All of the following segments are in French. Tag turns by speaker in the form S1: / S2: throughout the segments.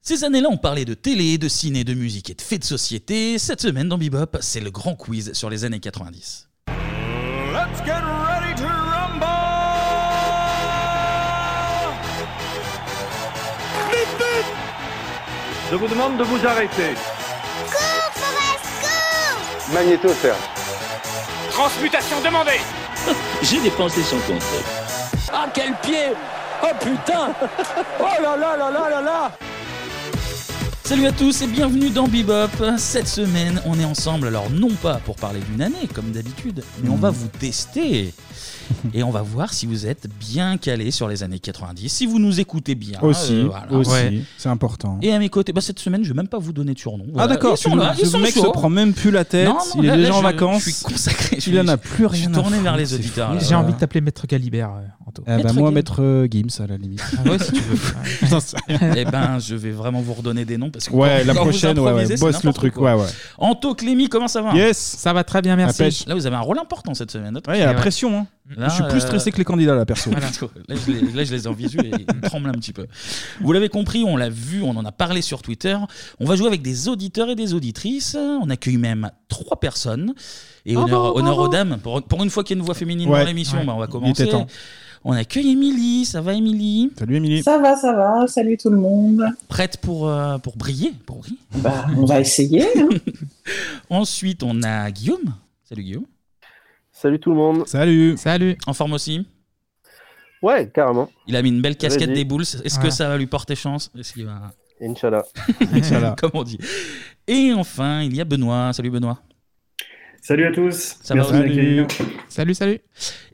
S1: Ces années-là, on parlait de télé, de ciné, de musique et de faits de société. Cette semaine dans Bebop, c'est le grand quiz sur les années 90.
S2: Let's get ready to rumble!
S3: Je vous demande de vous arrêter.
S4: Magnéto, Serge.
S5: Transmutation demandée
S6: J'ai dépensé son compte.
S5: Ah quel pied Oh putain Oh là là là là là là
S1: Salut à tous et bienvenue dans Bebop. Cette semaine, on est ensemble, alors non pas pour parler d'une année comme d'habitude, mais on
S7: Hmm.
S1: va vous tester et on va voir si vous êtes bien calé sur les années 90, si vous nous écoutez bien.
S7: Aussi,
S1: euh, voilà.
S7: aussi,
S1: Ouais.
S7: c'est important.
S1: Et à mes côtés, bah, cette semaine, je vais même pas vous donner de surnom.
S7: ah
S1: Voilà.
S7: d'accord,
S1: Ils sont
S7: tu-
S1: là, ils
S7: ce
S1: sont
S7: mec
S1: chauds.
S7: se prend même plus la tête,
S1: Non, non,
S7: il est
S1: là-
S7: déjà
S1: là,
S7: en
S1: je-
S7: vacances.
S1: Je suis consacré. je
S7: Il en
S1: suis-
S7: a plus
S1: Je
S7: rien
S1: suis
S7: à
S1: tourné
S7: foutre,
S1: vers les
S7: c'est
S1: auditeurs.
S7: fou.
S1: là.
S8: J'ai envie de t'appeler Maître Galibert, euh, Anto.
S7: Ah bah
S1: Maître
S7: moi,
S1: Guy.
S7: maître euh, Gims à la limite.
S1: Ah
S8: Ouais, si tu veux.
S7: J'en sais rien.
S1: Eh ben, je vais vraiment vous redonner des noms parce que
S7: ouais,
S1: quand-
S7: la
S1: quand vous
S7: prochaine, ouais,
S1: improvisez,
S7: ouais,
S1: c'est
S7: bosse le
S1: n'importe
S7: truc,
S1: quoi.
S7: ouais, ouais.
S1: Anto, Clémy, comment ça va hein
S7: Yes
S8: Ça va très bien,
S7: La
S8: merci.
S7: pêche.
S1: Là, vous avez un rôle important cette semaine.
S7: Ouais, il y a la
S8: Et ouais.
S7: pression, hein.
S1: Là,
S7: Je suis plus
S1: euh,
S7: stressé que les candidats, là, perso.
S1: Voilà. Là, je les, là, je les ai en visu et ils me tremblent un petit peu. Vous l'avez compris, on l'a vu, on en a parlé sur Twitter. On va jouer avec des auditeurs et des auditrices. On accueille même trois personnes. Et honneur, honneur aux dames, pour, pour une fois qu'il y a une voix féminine
S7: Ouais.
S1: dans l'émission,
S8: Ouais.
S1: bah, on va
S7: Il était
S1: commencer.
S7: temps.
S1: On accueille Émilie. Ça va, Émilie
S7: Salut, Émilie.
S9: Ça va, ça va. Salut tout le monde.
S1: Prête pour, euh, pour briller, pour briller
S9: Bah, on va essayer. hein.
S1: Ensuite, on a Guillaume. Salut Guillaume.
S3: Salut tout le monde.
S7: Salut.
S8: Salut.
S1: En forme aussi.
S3: Ouais, carrément.
S1: Il a mis une belle casquette
S3: Vas-y.
S1: des boules. Est-ce que
S8: Ouais.
S1: ça va lui porter chance Est-ce qu'il va-
S3: Inch'Allah.
S7: Voilà.
S1: Comme on dit. Et enfin, il y a Benoît. Salut Benoît.
S10: Salut à tous.
S1: Ça
S10: Merci
S1: va,
S10: de m'accueillir.
S8: Salut, salut.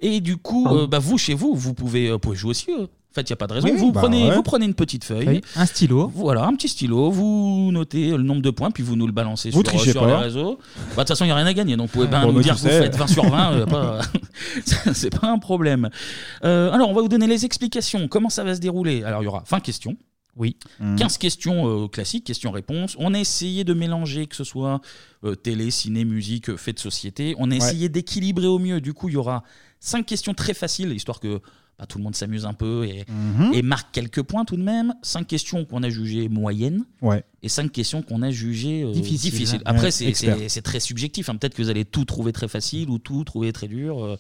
S1: Et du coup, euh, bah, vous, chez vous, vous pouvez, euh, pouvez jouer aussi. euh. En fait, il n'y a pas de raison.
S7: Oui,
S1: vous,
S7: bah
S1: prenez,
S7: ouais.
S1: vous prenez une petite feuille.
S8: Oui, Un stylo.
S7: Euh,
S1: Voilà, un petit stylo, vous notez euh, le nombre de points, puis vous nous le balancez
S7: Vous
S1: sur,
S7: trichez
S1: sur
S7: pas.
S1: les réseaux. Bah, De toute façon, il n'y a rien à gagner, donc vous pouvez bien
S7: Bon,
S1: nous
S7: bah,
S1: dire
S7: tu
S1: que vous
S7: sais.
S1: faites 20 sur 20, euh, pas- ça, c'est pas un problème. Euh, alors, on va vous donner les explications, comment ça va se dérouler. Alors, il y aura 20 questions. Oui.
S7: Mhm.
S1: 15 questions euh, classiques, questions-réponses. On a essayé de mélanger, que ce soit euh, télé, ciné, musique, euh, fait de société. On a essayé d'équilibrer au mieux. Du coup, il y aura 5 questions très faciles, histoire que bah, tout le monde s'amuse un peu et,
S7: Mhm.
S1: et marque quelques points tout de même. Cinq questions qu'on a jugées moyennes
S7: Ouais.
S1: et cinq questions qu'on a jugées euh,
S8: Difficiles.
S1: difficiles. Après,
S7: Ouais,
S1: c'est-
S7: expert.
S1: c'est c'est très subjectif. hein. Peut-être que vous allez tout trouver très facile ou tout trouver très dur. Euh,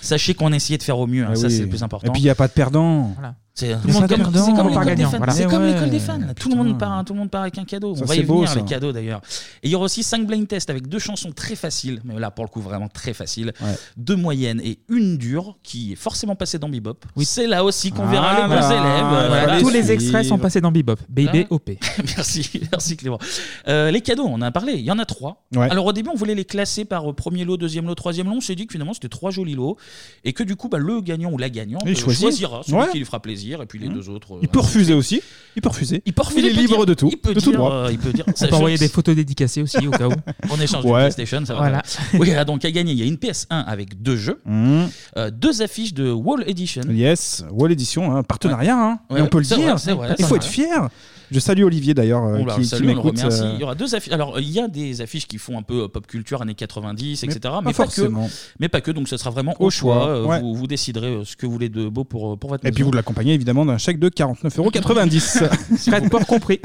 S1: Sachez qu'on a essayé de faire au mieux. hein.
S7: Ah
S1: Ça,
S7: oui.
S1: c'est le plus important.
S7: Et puis, il n'y a pas de perdant.
S1: C'est tout le
S7: y
S1: monde
S7: a pas
S1: comme-
S7: de perdant,
S1: c'est comme
S7: on part
S1: l'école des
S8: gagnant,
S1: fans.
S8: voilà.
S1: C'est
S7: Mais
S1: comme
S7: ouais,
S1: l'école des fans. Tout le,
S7: putain.
S1: monde part, tout le monde part avec un cadeau.
S7: Ça,
S1: On va y
S7: c'est beau,
S1: venir,
S7: ça.
S1: les cadeaux d'ailleurs. Et il y aura aussi cinq blind tests avec deux chansons très faciles, mais là pour le coup vraiment très faciles,
S7: Ouais.
S1: deux moyennes et une dure qui est forcément passée dans Bebop.
S8: Oui.
S1: C'est là aussi qu'on
S7: Ah,
S1: verra les bons
S7: bah,
S1: élèves.
S7: voilà.
S1: Voilà.
S7: Allez,
S8: Tous les
S7: suivre. Ah.
S8: extraits sont passés dans Bebop. BBOP.
S1: Merci, merci Clément. Euh, les cadeaux, on en a parlé, il y en a trois.
S7: Ouais.
S1: Alors au début, on voulait les classer par euh, premier lot, deuxième lot, troisième lot. On s'est dit que finalement, c'était trois jolis lots et que du coup, bah, le gagnant ou la gagnante
S7: Il
S1: euh,
S7: choisit.
S1: choisira celui
S7: Ouais.
S1: qui lui fera plaisir et puis les
S7: Mhm.
S1: deux autres. euh,
S7: Il peut
S1: voilà.
S7: refuser aussi. Il peut refuser.
S1: Il peut refuser,
S7: Il est
S1: peut
S7: libre
S1: dire-
S7: de tout,
S1: Il peut
S7: de tout
S1: dire,
S7: droit.
S1: euh, il peut dire.
S8: On peut envoyer des photos dédicacées aussi, au cas où.
S7: Ah,
S1: En échange de
S7: Ouais.
S1: PlayStation, ça va.
S8: Voilà.
S1: Oui, ah, donc à gagner, il y a une PS1 avec deux jeux,
S7: Mhm.
S1: euh, deux affiches de Wall Edition.
S7: Yes, Wall Edition, hein, partenariat, hein.
S1: Ouais,
S7: Et on peut le
S1: c'est
S7: dire.
S1: vrai, c'est vrai,
S7: Il
S1: c'est
S7: faut être
S1: vrai.
S7: fier. Je salue Olivier d'ailleurs, euh,
S1: On la
S7: qui, qui
S1: salue, bah, on le
S7: m'écoute.
S1: remercie.
S7: euh,
S1: Il y aura deux affiches. Alors, il y a des affiches qui font un peu euh, pop culture, années 90, etc. Ah, Mais,
S7: pas
S1: pas, que.
S7: forcément.
S1: Mais pas que, donc ça sera vraiment au,
S7: Au
S1: choix.
S7: choix,
S1: Euh,
S7: ouais.
S1: vous, vous déciderez euh, ce que vous voulez de beau pour, euh, pour votre
S7: Et puis
S1: maison.
S7: vous l'accompagnez évidemment d'un chèque de 49,90€.
S8: Prête pour compris.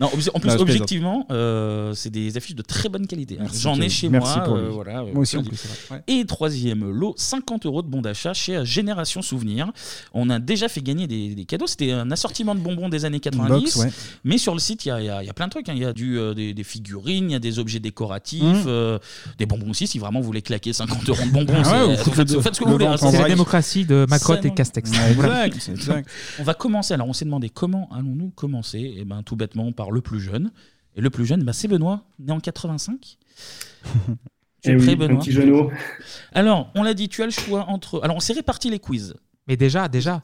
S1: Non, obje- en plus,
S7: Non, je plaisante.
S1: objectivement, euh, c'est des affiches de très bonne qualité. hein.
S7: Merci,
S1: J'en ai
S7: Thierry.
S1: chez
S7: Merci
S1: moi.
S7: pour
S1: euh,
S7: lui.
S1: voilà, euh,
S7: Moi aussi
S1: je
S7: en
S1: le dis.
S7: plus. ouais.
S1: Et troisième lot, 50 euros de bons d'achat chez Génération Souvenir. On a déjà fait gagner des, des cadeaux. C'était un assortiment de bonbons des années
S7: Une
S1: 90.
S7: box, ouais.
S1: Mais sur le site, il y a, il y a- il y a plein de trucs. hein. Il y a du, euh, des, des figurines, il y a des objets décoratifs,
S7: Mhm.
S1: euh, des bonbons aussi. Si vraiment vous voulez claquer 50 euros de bonbons,
S7: Ah ouais,
S1: c'est-
S7: vous
S1: faites,
S7: faites le-
S1: faites ce que vous
S7: le
S1: voulez.
S7: ventre
S1: hein.
S7: en
S8: C'est la
S7: vrac.
S8: démocratie de Macrotte
S1: Ça,
S8: et
S1: non.
S8: Castex.
S7: Ouais, Exact, c'est exact.
S1: On va commencer. Alors, on s'est demandé comment allons-nous commencer Et ben, tout bêtement par le plus jeune. Et le plus jeune, ben, c'est Benoît, né en 85. Tu es
S10: Eh oui,
S1: prêt,
S10: un
S1: Benoît
S10: petit genou.
S1: Alors, on l'a dit, tu as le choix entre. Alors, on s'est réparti les quiz.
S8: Mais déjà, déjà,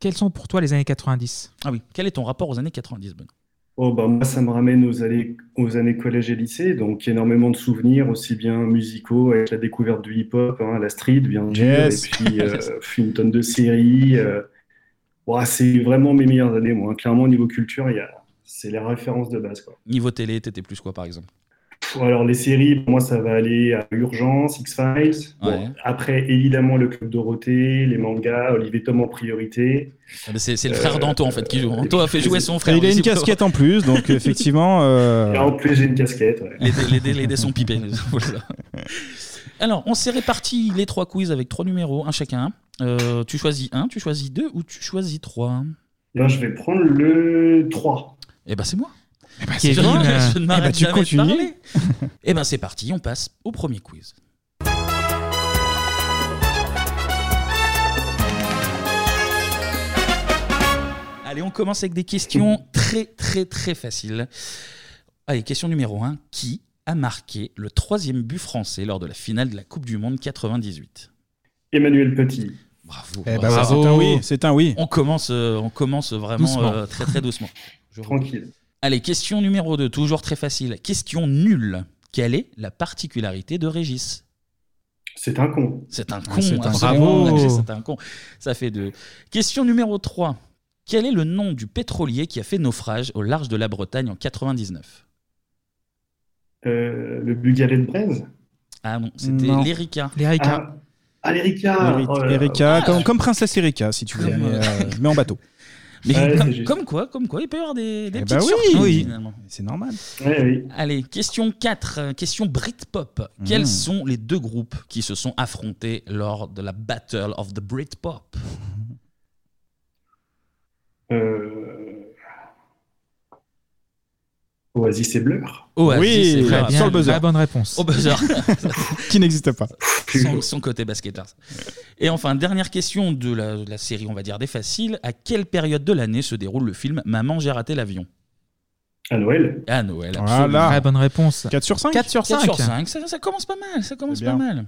S8: quelles sont pour toi les années 90
S1: Ah oui, quel est ton rapport aux années 90, Benoît
S10: Oh, bah, moi, ça me ramène aux années, aux années collège et lycée, donc énormément de souvenirs, aussi bien musicaux, avec la découverte du hip-hop, hein, la street, bien sûr,
S7: Yes.
S10: et puis euh, puis une tonne de séries. euh. Ouah, c'est vraiment mes meilleures années, hein. moi. Clairement, au niveau culture, il y a... c'est les références de base, quoi.
S1: Niveau télé, t'étais plus quoi, par exemple
S10: Pff, Alors, les séries, pour moi, ça va aller à Urgence, X-Files. Bon,
S1: Ouais.
S10: après, évidemment, le Club Dorothée, les mangas, Olivier Tom en priorité.
S1: Ah bah, C'est c'est le frère d'Anto en fait qui joue. Anto a fait jouer son frère.
S7: Et il a
S1: mais
S7: une
S1: c'est-
S7: casquette en plus, donc effectivement. euh,
S1: Ah.
S10: Et
S1: Oh,
S10: en plus, j'ai une casquette. ouais.
S1: Les dés, les dés- les dés sont pipés. Voilà. Alors, on s'est répartis les trois quiz avec trois numéros, un chacun. Euh, tu choisis un, tu choisis deux ou tu choisis trois
S10: Ben, je vais prendre le 3.
S1: Eh ben, c'est moi.
S7: Eh ben,
S1: C'est
S7: c'est
S1: vrai,
S7: Kevin, euh,
S1: je ne
S7: eh
S1: m'arrête
S7: ben, tu
S1: jamais de
S7: continues.
S1: parler. Eh ben, c'est parti, on passe au premier quiz. Allez, on commence avec des questions très très très faciles. Allez, question numéro 1. Qui a marqué le troisième but français lors de la finale de la Coupe du Monde 98
S10: Emmanuel Petit.
S1: Bravo.
S7: Eh ben voilà, c'est un oui, c'est un oui.
S1: On commence, euh, on commence vraiment
S7: Doucement.
S1: euh, très très doucement. Je vous-
S10: Tranquille.
S1: Allez, question numéro 2, toujours très facile. Question nulle. Quelle est la particularité de Régis
S10: C'est un con.
S1: C'est un
S7: Ah,
S1: con,
S7: c'est un
S1: absolument.
S7: con.
S1: C'est un con. Ça fait deux. Question numéro 3. Quel est le nom du pétrolier qui a fait naufrage au large de la Bretagne en 99
S10: Euh, le Bugalet de Braise.
S1: Ah non, c'était
S7: Non.
S1: l'Erika.
S8: L'Erika.
S10: Ah, ah, l'Erika.
S7: Eri-
S10: Oh là là.
S7: Erika, comme, comme princesse Erika, si tu veux,
S1: Comme,
S7: mais, euh, mais en bateau.
S1: Mais
S10: Ouais, c'est
S1: comme,
S10: juste.
S1: comme quoi, comme quoi, il peut y avoir des, des
S7: Eh
S1: petites
S7: ben oui.
S1: surprises,
S7: Oui.
S1: finalement.
S7: C'est normal.
S10: Ouais, oui.
S1: Allez, question 4, euh, question Britpop.
S7: Mm.
S1: Quels sont les deux groupes qui se sont affrontés lors de la Battle of the Britpop
S10: Euh, Oasis et Blur.
S1: Oasis
S7: Oui,
S1: et
S7: très
S1: Fleur.
S7: bien. Sur le buzzer.
S8: La bonne réponse.
S1: Au buzzer,
S7: Qui n'existe pas.
S1: son, son côté basketteur. Et enfin, dernière question de la, de la série, on va dire des faciles. À quelle période de l'année se déroule le film Maman, j'ai raté l'avion
S10: À Noël.
S1: À Noël.
S7: Voilà.
S8: Très bonne réponse.
S7: 4 sur 5
S8: 4 sur
S1: 4
S8: 5.
S1: sur 5, ça, ça commence pas mal, ça commence
S7: C'est
S1: pas
S7: bien.
S1: mal.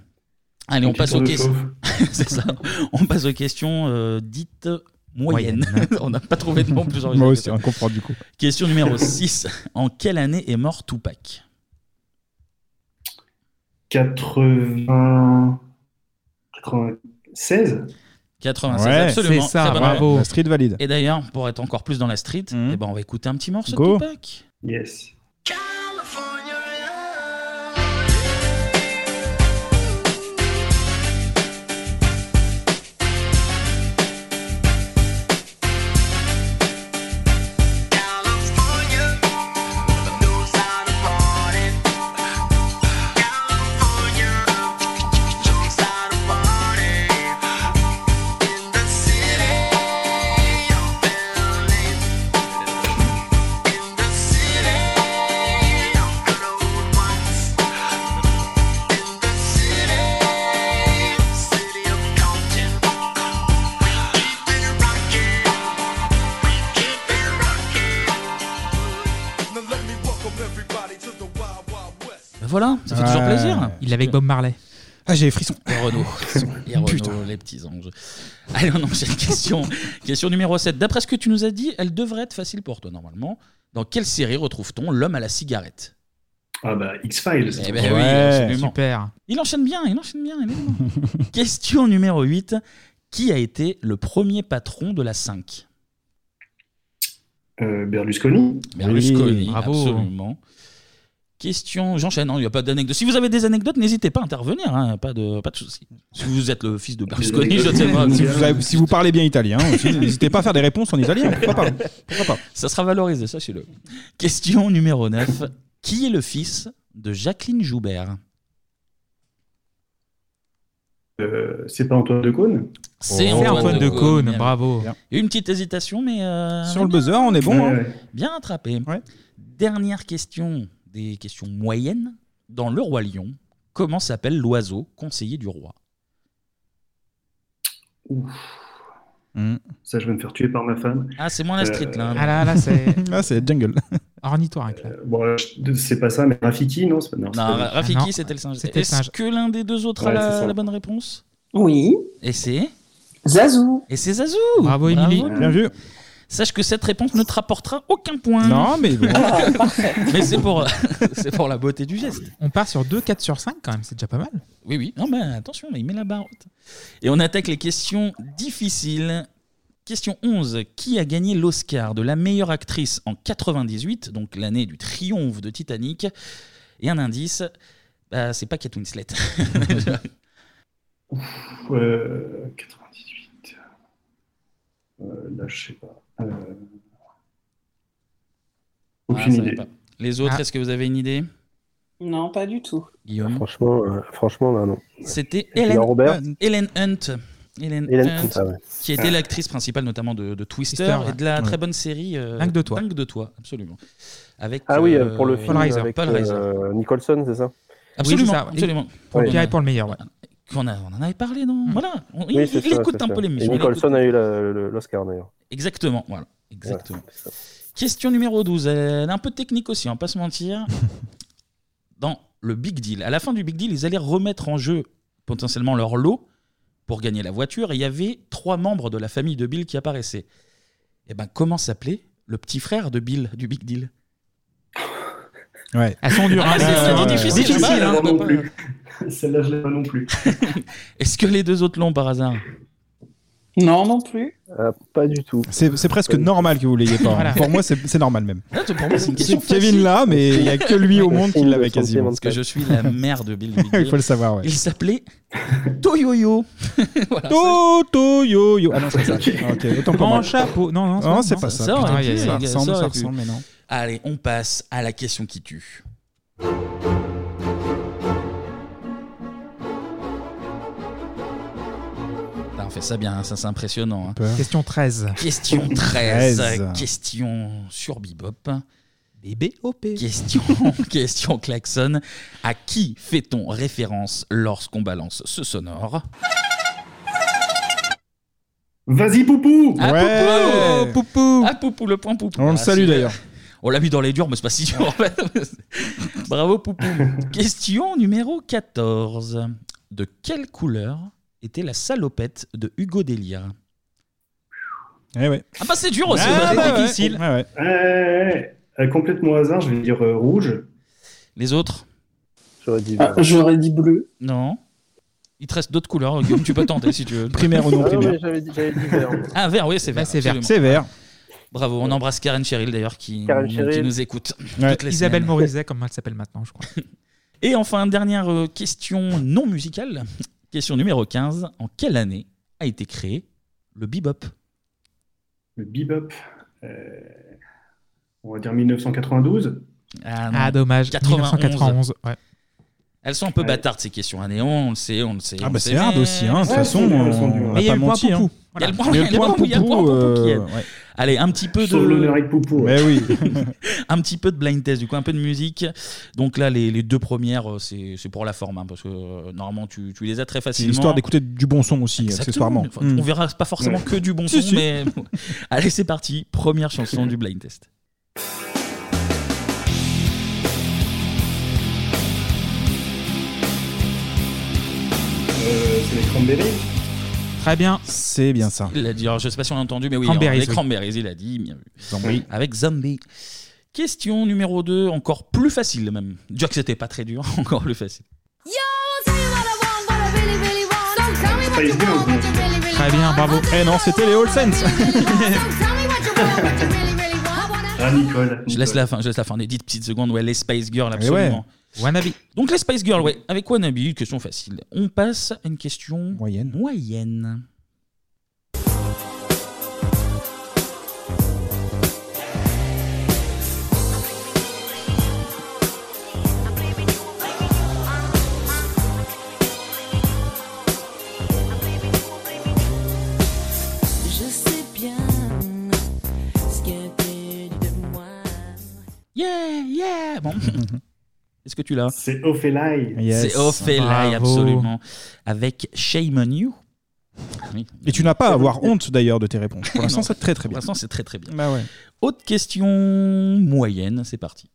S1: Allez, on
S10: Tu
S1: passe, aux
S10: tournes
S1: questions,
S10: fauve.
S1: c'est ça. on passe aux questions euh, dites moyennes. on n'a pas trouvé de nom plus original
S7: Moi
S1: que
S7: aussi, hein.
S1: ça.
S7: on comprend du coup.
S1: Question numéro 6. En quelle année est mort Tupac
S10: 80... 96
S1: 96,
S7: Ouais,
S1: absolument.
S8: c'est ça,
S1: Très bonne
S8: bravo.
S1: réponse.
S7: La street valide.
S1: Et d'ailleurs, pour être encore plus dans la street,
S7: Mhm.
S1: eh ben, on va écouter un petit morceau
S7: Go.
S1: de Tupac.
S10: Yes.
S1: Ben voilà, ça fait
S7: Ouais.
S1: toujours plaisir.
S8: Il l'avait avec Bob Marley.
S7: Ah, j'ai les frissons.
S1: Et Renaud. Et
S7: Putain.
S1: Renaud, les petits anges. Allez, on enchaîne. Question, question numéro 7. D'après ce que tu nous as dit, elle devrait être facile pour toi, normalement. Dans quelle série retrouve-t-on l'homme à la cigarette
S10: Ah bah X-Files.
S1: Eh ben
S7: Ouais,
S1: oui, absolument.
S8: Super.
S1: Il enchaîne bien, il enchaîne bien. il est bon. Question numéro 8. Qui a été le premier patron de la 5
S10: Euh, Berlusconi.
S1: Berlusconi,
S8: bravo.
S1: absolument. Question, j'enchaîne, non, il n'y a pas d'anecdote. Si vous avez des anecdotes, n'hésitez pas à intervenir, hein, pas de, pas de souci. Si vous êtes le fils de Berlusconi, je ne sais pas.
S7: Si vous, avez- si vous parlez bien italien aussi, n'hésitez pas à faire des réponses en italien. Pourquoi pas Pourquoi pas
S1: Ça sera valorisé, sachez-le. Question numéro 9. Qui est le fils de Jacqueline Joubert
S10: Euh, c'est pas Antoine de Caunes
S1: C'est
S8: C'est Oh. Antoine de Caunes,
S1: Bravo.
S8: bravo.
S1: Il y a eu Une petite hésitation, mais euh,
S7: Sur le buzzer, on est bon.
S10: Ouais,
S7: hein.
S10: ouais.
S1: bien attrapé.
S7: Ouais.
S1: Dernière question, des questions moyennes. Dans Le Roi Lion, comment s'appelle l'oiseau conseiller du roi
S7: Mm.
S10: Ça, je vais me faire tuer par ma femme.
S1: Ah, c'est moins la street, là.
S8: Ah là, là, c'est
S7: Ah, c'est jungle.
S8: ornithorynque. là.
S10: Euh, bon, euh, je- c'est pas ça, mais Rafiki, non, c'est pas, non, c'est
S1: Non,
S10: pas-
S1: Ra- Rafiki,
S8: Ah non,
S1: c'était le singe.
S8: c'était le
S1: Est-ce
S8: singe.
S1: que l'un des deux autres a
S10: Ouais, c'est
S1: la,
S10: ça.
S1: la bonne réponse
S9: Oui,
S1: Et c'est
S9: Zazou.
S1: Et c'est Zazou
S8: Bravo, Émilie.
S7: Bien vu.
S1: Sache que cette réponse ne te rapportera aucun point.
S7: Non, mais bon.
S1: Mais c'est pour, c'est pour la beauté du geste.
S8: On part sur 2 4 sur 5 quand même, c'est déjà pas mal.
S1: Oui, oui. Non, mais attention, il met la barre haute. Et on attaque les questions difficiles. Question 11. Qui a gagné l'Oscar de la meilleure actrice en 98, donc l'année du triomphe de Titanic Et un indice, bah, c'est pas Kate Winslet.
S10: Euh, 98. Euh, là, je sais pas. Euh,
S1: Ah,
S10: Aucune
S1: ça va
S10: idée.
S1: pas. Les autres, est-ce que vous avez une idée
S9: Non, pas du tout.
S1: Guillaume
S3: Franchement, euh, franchement, là, non.
S1: C'était
S3: Et
S1: Helen,
S3: Robert
S1: Hunt- Helen Hunt. Hélène
S3: Hélène
S1: Hunt,
S3: Hunt, ah ouais.
S1: qui était l'actrice principale notamment de, de Twister,
S3: Twister,
S1: et de la
S3: ouais.
S1: très bonne série euh,
S3: Dingue
S1: de toi. de toi, absolument. Avec,
S3: Ah oui,
S1: euh,
S3: euh, pour le film avec
S1: Paul Reiser.
S3: euh, Nicholson, c'est ça
S1: Absolument,
S8: ça, oui.
S1: absolument.
S8: Pour le
S1: Ouais.
S8: pire et pour le meilleur, ouais.
S1: Qu'on a- on en avait parlé, non Voilà, on- il,
S3: Mm. Oui, c'est
S1: il
S3: ça,
S1: écoute
S3: c'est
S1: un
S3: ça.
S1: peu l'émission.
S3: Et
S1: il
S3: Nicholson
S1: écoute.
S3: a eu le- le- l'Oscar d'ailleurs.
S1: Exactement, voilà. Exactement. Question numéro 12, elle est un peu technique aussi, on va pas se mentir. Dans le Big Deal, à la fin du Big Deal, ils allaient remettre en jeu potentiellement leur lot pour gagner la voiture. Et il y avait trois membres de la famille de Bill qui apparaissaient. Et ben, comment s'appelait le petit frère de Bill du Big Deal
S7: Ouais.
S8: Elles sont dures,
S1: Ah,
S8: hein,
S1: c'est-
S8: celles-là.
S1: c'est
S8: Ouais,
S1: difficile, c'est
S8: ouais.
S1: mal, hein,
S10: Moi
S1: on
S10: non
S1: peut
S10: plus. Celle-là, je l'ai pas non plus.
S1: Est-ce que les deux autres l'ont par hasard
S9: Non, non plus.
S3: Ah, pas du tout.
S7: C'est c'est presque normal que vous l'ayez pas. hein.
S1: Voilà.
S7: Pour moi, c'est c'est normal même.
S1: Là, pour moi, Ah, c'est une question
S7: C'est Kevin là, mais il y a que lui au monde qui l'avait quasiment.
S1: Parce que je suis la mère de Bill. Big
S7: Il
S1: Deal.
S7: faut le savoir, ouais.
S1: Il s'appelait Toyoyo. voilà,
S7: To, to, yo, yo. Ah non, c'est ça. Ok, autant pour moi.
S8: Grand chapeau. Non, non,
S7: Non, c'est pas ça.
S1: aurait
S7: Putain,
S1: pu,
S7: il y a- ça
S1: les gars,
S7: ressemble, ça
S1: aurait pu.
S7: ressemble, mais non.
S1: Allez, on passe à la question qui tue. Putain, On fait ça bien, hein, ça c'est impressionnant. hein.
S8: Question 13.
S1: Question 13,
S8: 13.
S1: question sur Bebop. BBOP. Question, question klaxon. À qui fait-on référence lorsqu'on balance ce sonore
S10: Vas-y, Poupou
S1: Ah,
S7: Ouais.
S1: Poupou Ah, Poupou, le point Poupou.
S7: On le
S1: Ah,
S7: salue,
S1: c'est-
S7: d'ailleurs.
S1: On l'a mis dans les durs, mais c'est pas si dur. en fait. Bravo, Poupou. Question numéro 14. De quelle couleur était la salopette de Hugo Délire
S7: Eh ouais.
S1: Ah, bah, c'est dur aussi.
S7: Ah,
S1: c'est
S7: bah, ouais.
S1: difficile.
S7: Ouais, ouais.
S10: Eh, Euh, complètement au hasard, je vais dire euh, rouge.
S1: Les autres
S3: J'aurais dit. euh,
S9: Ah, J'aurais dit bleu.
S1: Non. Il te reste d'autres couleurs, Guillaume. Tu peux tenter si tu veux.
S7: Primaire ou non
S3: Ah non, mais
S7: primaire.
S3: j'avais dit, j'avais dit vert.
S1: Ah, vert, oui, c'est vert.
S8: Bah, c'est vert.
S1: absolument.
S7: C'est vert.
S1: Bravo. On embrasse Karen Cheryl, d'ailleurs, qui,
S3: Karen
S1: qui
S3: Cheryl.
S1: nous écoute.
S7: Ouais.
S1: toutes les
S8: Isabelle
S1: semaines.
S8: Morizet, comme elle s'appelle maintenant, je crois.
S1: Et enfin, dernière euh, question non musicale. Question numéro 15. En quelle année a été créé le bebop
S10: Le bebop. euh, on va dire 1992.
S1: Ah, non.
S8: Ah, dommage.
S1: 91.
S8: 1991. Ouais.
S1: Elles sont un peu
S10: Ouais.
S1: bâtardes ces questions. Hein, et on le sait, on le sait.
S7: Ah
S1: on
S7: bah
S1: le
S7: c'est
S1: sait,
S7: hard
S1: mais-
S7: aussi, hein. De toute
S10: Ouais,
S7: façon,
S10: c'est bien,
S7: on
S10: elles sont dures.
S7: on
S8: Mais
S7: va
S8: il y a
S7: pas
S8: eu le point
S7: mentir. hein.
S8: Poupou.
S1: Il y a le point,
S7: Mais
S1: il y a le point, il y a le point Poupou qui
S7: euh,
S1: est-
S7: ouais.
S1: Allez, un petit peu
S10: Sauve l'honneur
S1: de
S10: avec Poupou. ouais.
S7: Mais oui.
S1: un petit peu de blind test, du coup un peu de musique. Donc là, les, les deux premières, euh, c'est c'est pour la forme, hein, parce que euh, normalement tu, tu les as très
S7: C'est
S1: facilement.
S7: l'histoire d'écouter du bon son aussi,
S1: Exactement.
S7: accessoirement.
S1: Enfin,
S7: Mm.
S1: On verra pas forcément que du bon
S7: Si,
S1: son,
S7: si.
S1: mais allez, c'est parti. Première chanson du blind test.
S10: Euh, c'est les Cranberries.
S8: Très bien.
S7: Hmm. C'est bien ça.
S1: Il a dit, alors, je sais pas si on l'a entendu, mais oui,
S8: Cranberries,
S1: les
S8: oui.
S1: Cranberries, il a dit, bien vu.
S7: Zombie.
S1: Avec Zombie. Question numéro 2, encore plus facile même. Déjà que c'était pas très dur, encore plus facile.
S10: Space Girls.
S8: Très bien, bravo.
S7: Eh non, c'était les All Saints.
S10: Ah, Nicole.
S1: Je
S7: euh,
S1: laisse la fin, je laisse la fin. Des 10 petites secondes, ouais, les Space Girls,
S7: Eh
S1: absolument.
S8: Wannabe.
S1: Donc les Space Girls, ouais, avec Wannabe, une question facile. On passe à une question
S7: Moyenne.
S1: moyenne.
S11: Je sais bien ce que t'es de moi.
S1: Yeah, yeah Bon. Est-ce que tu l'as
S10: C'est Ophélie.
S7: Yes.
S1: C'est Ophélie,
S8: Bravo.
S1: absolument. Avec Shame on You. Ah Oui.
S7: Et tu n'as pas à avoir honte d'ailleurs de tes réponses. Pour l'instant,
S1: Non.
S7: c'est très très
S1: Pour
S7: bien.
S1: l'instant, c'est très très bien.
S7: Bah ouais.
S1: Autre question moyenne, c'est parti.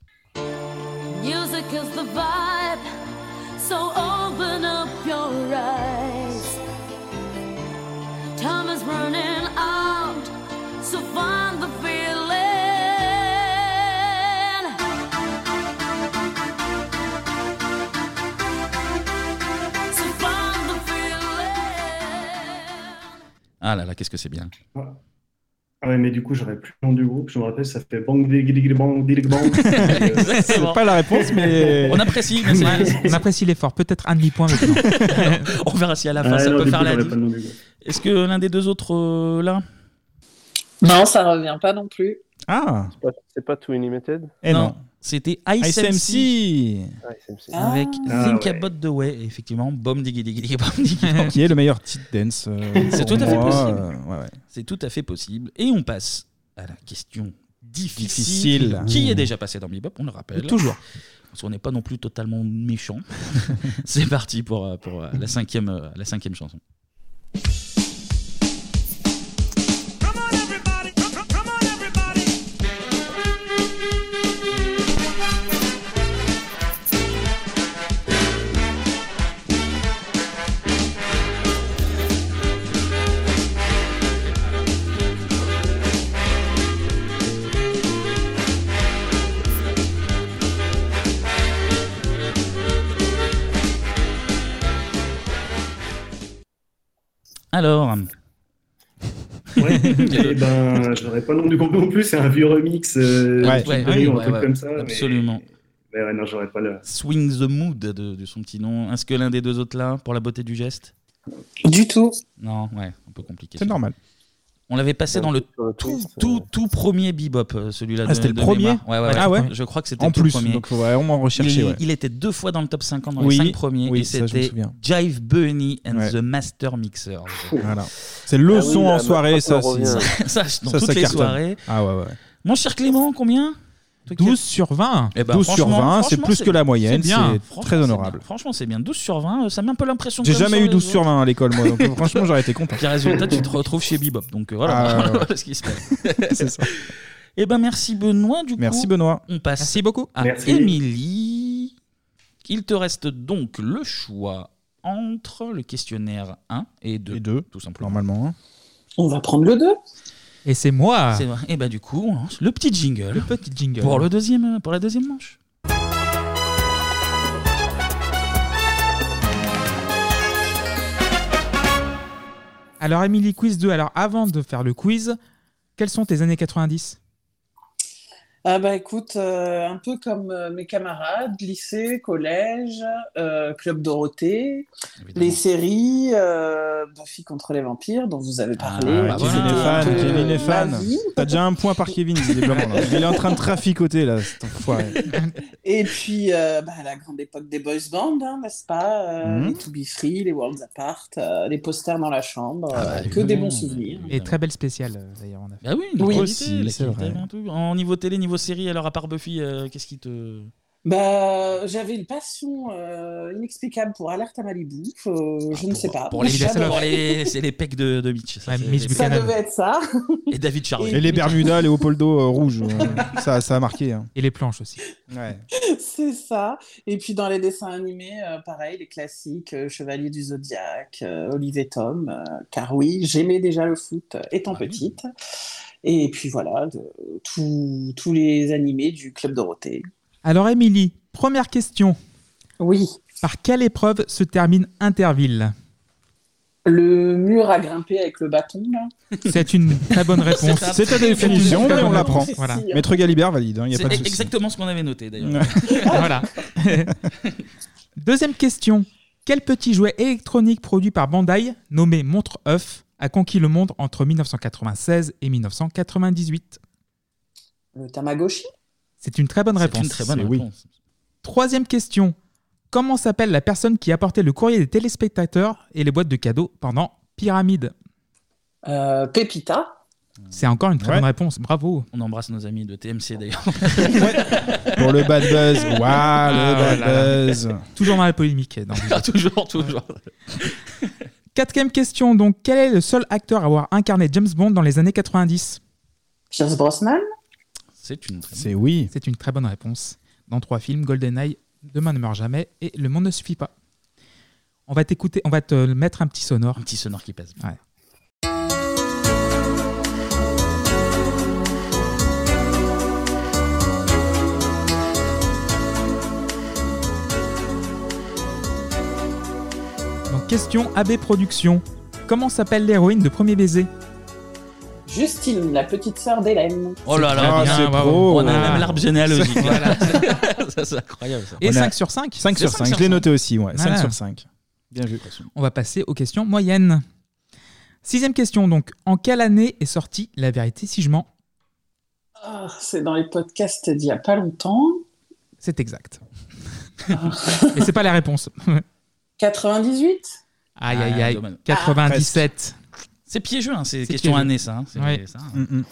S11: Music is the vibe, so open up your eyes. Time is running out, so find the feeling. So find the feeling.
S1: Ah là là, qu'est-ce que c'est bien.
S10: Ah ouais, mais du coup, j'aurais plus le nom du groupe. Je me rappelle, ça fait bang, dig, dig, bang, dig, bang. Euh,
S1: Exactement.
S7: C'est pas la réponse, mais.
S1: On apprécie, mais c'est-
S8: On apprécie l'effort. Peut-être un demi-point maintenant.
S1: on verra si à la fin
S10: Ah,
S1: ça
S10: non,
S1: peut
S10: du
S1: faire
S10: coup,
S1: la
S10: j'aurais
S1: diff.
S10: pas le nom du groupe.
S1: Est-ce que l'un des deux autres euh, là
S9: Non, ça revient pas non plus.
S7: Ah
S3: C'est pas- C'est pas Too Unlimited
S7: Eh non.
S1: C'était
S7: Ice
S1: ICMC
S7: MC
S3: Ah, SMC.
S9: Ah.
S1: avec
S10: Ah
S1: Think
S10: ouais.
S1: About the Way. Et effectivement, bom digi digi digi, bom digi. bom.
S7: Qui est le meilleur titre dance euh,
S1: C'est
S7: pour
S1: tout à fait
S7: moi,
S1: possible.
S7: euh, ouais, ouais.
S1: C'est tout à fait possible. Et on passe à la question difficile,
S7: Difficile.
S1: qui
S7: Mmh.
S1: est déjà passée dans Bebop, on le rappelle.
S7: Toujours.
S1: Parce qu'on n'est pas non plus totalement méchant. C'est parti pour, euh, pour euh, la, cinquième, euh, la cinquième chanson.
S2: Come on, everybody. Come, come- come on, everybody.
S1: Alors,
S10: Ouais. Eh ben, j'aurais pas le nom du groupe non plus. C'est un vieux remix. euh,
S7: Ouais.
S10: de
S1: Ouais,
S10: Berry,
S1: ouais,
S10: un
S1: ouais,
S10: truc
S1: ouais.
S10: comme ça. mais-
S1: Absolument.
S10: Mais ouais, non, j'aurais pas le.
S1: Swing the Mood de, de son petit nom. Est-ce que l'un des deux autres là, pour la beauté du geste
S9: Du tout.
S1: Non, ouais, un peu compliqué.
S7: C'est normal.
S1: On l'avait passé dans le
S3: Sur
S1: tout,
S3: twist,
S1: tout,
S3: euh,
S1: tout premier bebop, euh, celui-là.
S7: Ah,
S1: de-
S7: c'était le
S1: de
S7: premier
S1: mémoire. ouais, ouais, ouais.
S7: Ah ouais
S1: Je crois que c'était
S7: En
S1: tout le
S7: plus,
S1: premier.
S7: donc faut vraiment rechercher.
S1: il,
S7: Ouais.
S1: il était deux fois dans le top 50 dans
S7: Oui,
S1: les cinq premiers
S7: oui,
S1: et
S7: ça, je me
S1: c'était
S7: souviens.
S1: Jive Bunny and
S7: Ouais.
S1: the Master Mixer.
S7: Voilà. C'est le
S3: Ah oui,
S7: son
S3: la
S7: en soirée, ça.
S3: Master
S7: c'est-
S3: revient.
S1: ça, je- dans
S7: Ça,
S1: toutes
S7: ça
S1: les
S7: cartonne.
S1: soirées.
S7: Ah ouais, ouais.
S1: Mon cher Clément, combien Toi qui as-
S8: 12 sur 20.
S1: Eh ben,
S7: 12 sur
S1: franchement-
S7: 20, c'est
S1: franchement,
S7: plus que la moyenne,
S8: bien.
S7: c'est
S1: franchement,
S7: très
S1: c'est
S7: honorable.
S1: bien. Franchement, c'est bien. 12 sur 20, euh, ça met un peu l'impression.
S7: J'ai
S1: quand même
S7: jamais
S1: sur
S7: eu
S1: les
S7: 12 sur
S1: autres.
S7: 20 à l'école, moi, donc franchement, j'aurais été content.
S1: Puis résultat, tu te retrouves chez Bebop. Donc euh, voilà,
S7: Ah, ouais, ouais.
S1: voilà ce qui se passe.
S7: C'est ça.
S1: Eh ben merci Benoît. Du
S7: Merci
S1: coup,
S7: Benoît.
S1: on passe
S8: Merci beaucoup.
S1: à
S10: Merci.
S1: Émilie. Il te reste donc le choix entre le questionnaire 1 et 2,
S7: Et deux,
S1: tout simplement.
S7: normalement. hein.
S9: On va prendre le 2.
S8: Et c'est moi.
S1: C'est vrai. Et bah du coup, on lance le petit jingle
S8: Ah. Le petit jingle.
S1: pour, le deuxième, pour la deuxième manche.
S8: Alors, Emily Quiz 2. Alors, avant de faire le quiz, quelles sont tes années 90
S9: Ah bah écoute, euh, un peu comme euh, mes camarades, lycée, collège, euh, club Dorothée,
S1: évidemment.
S9: les séries, euh, Buffy contre les vampires dont vous avez parlé.
S1: Ah,
S9: qui
S1: Kevin est
S9: était un
S1: fan,
S9: peu
S1: Kevin
S7: est
S9: ma
S7: fan.
S9: vie.
S7: T'as déjà un point par Kevin, visiblement. là. Il est en train de traficoter, là, cet enfoiré.
S9: Et puis euh, bah, la grande époque des boys bands, hein, n'est-ce pas Euh,
S7: Mhm.
S9: Les To Be Free, les Worlds Apart, euh, les posters dans la chambre,
S1: Ah bah,
S9: euh, que des
S1: évidemment.
S9: bons souvenirs.
S8: Et très belle spéciale, euh, d'ailleurs, on a fait.
S1: Bah oui,
S9: Oui.
S1: aussi,
S7: Aussi, c'est vrai.
S1: En niveau télé, niveau série, alors à part Buffy, euh, qu'est-ce qui te.
S9: Bah, j'avais une passion euh, inexplicable pour Alerte à Malibu. euh,
S1: Ah,
S9: je ne
S1: Pour-
S9: sais pas.
S1: Pour les,
S9: J'adore.
S1: pour les- c'est les pecs de, de Mitch. ça,
S8: Ouais,
S1: c'est-
S8: Mitch
S1: c'est-
S9: Ça
S8: Buchanan.
S9: devait être ça.
S1: Et David Charvet.
S7: Et les Bermudas, Léopoldo euh, rouge, euh, ça, ça a marqué. hein.
S8: Et les planches aussi.
S9: C'est ça. Et puis dans les dessins animés, euh, pareil, les classiques, euh, Chevalier du Zodiaque, euh, Olivier Tom, euh, car oui, j'aimais déjà le foot euh, étant
S1: Ah oui.
S9: petite. Et puis voilà, de- tous- tous les animés du Club Dorothée.
S8: Alors, Emily, première question.
S9: Oui,
S8: Par quelle épreuve se termine Interville
S9: le mur à grimper avec le bâton, là.
S8: C'est une très bonne réponse.
S1: C'est un
S7: C'est ta
S1: très bon
S7: définition,
S1: jeu.
S7: mais on la prend.
S9: C'est
S8: Voilà.
S9: si, hein.
S7: Maître Galibert valide, il n'y a
S1: C'est
S7: pas de
S1: e-
S7: souci.
S1: exactement ce qu'on avait noté d'ailleurs.
S8: voilà. Deuxième question. Quel petit jouet électronique produit par Bandai, nommé Montre œuf, a conquis le monde entre 1996 et 1998
S9: Le Tamagotchi.
S8: C'est une très bonne
S1: C'est
S8: réponse.
S1: une très bonne
S7: c'est oui.
S1: réponse.
S8: Troisième question. Comment s'appelle la personne qui apportait le courrier des téléspectateurs et les boîtes de cadeaux pendant Pyramide
S9: Euh, Pépita.
S8: C'est encore une très
S7: Ouais.
S8: bonne réponse. Bravo.
S1: On embrasse nos amis de TMC d'ailleurs.
S7: Pour le bad buzz. Waouh, le
S1: Ah
S7: bad
S8: là là.
S7: buzz.
S8: Toujours dans la polémique. dans le jeu.
S1: toujours, toujours.
S8: Quatrième question. Donc, quel est le seul acteur à avoir incarné James Bond dans les années 90
S9: Pierce Brosnan.
S1: C'est une très bonne
S7: C'est oui.
S8: C'est une très bonne réponse. Dans trois films, GoldenEye, Demain ne meurt jamais et Le monde ne suffit pas. On va t'écouter, on va te mettre un petit sonore.
S1: Un petit sonore qui passe.
S8: Donc, question AB Productions. Comment s'appelle l'héroïne de Premier Baiser
S9: Justine, la petite sœur d'Hélène.
S1: Oh là là,
S7: Ah,
S1: bien,
S7: c'est
S1: bravo.
S7: pro.
S1: on a
S7: Ah.
S1: même l'arbre généalogique.
S7: C'est-
S1: Voilà. ça, c'est incroyable. Ça.
S8: Et
S7: On a-
S8: 5 sur 5
S7: 5
S1: C'est
S7: sur
S1: cinq
S7: 5,
S1: sur
S7: je l'ai
S1: cinq. Ah.
S7: noté aussi, ouais.
S8: Voilà.
S7: 5 sur 5. Bien vu.
S8: On va passer aux questions moyennes. Sixième question, donc. En quelle année est sortie La vérité si je mens
S9: Ah, c'est dans les podcasts d'il y a pas longtemps.
S8: C'est exact. Et c'est pas la réponse.
S9: 98
S8: Aïe,
S1: Ah,
S8: aïe, aïe.
S1: dommage.
S8: 97.
S1: C'est piégeux, hein, c'est
S8: C'est
S1: question
S8: piégeux.
S1: année, ça. hein. C'est
S8: Ouais.
S1: ça.
S7: Mm, mm.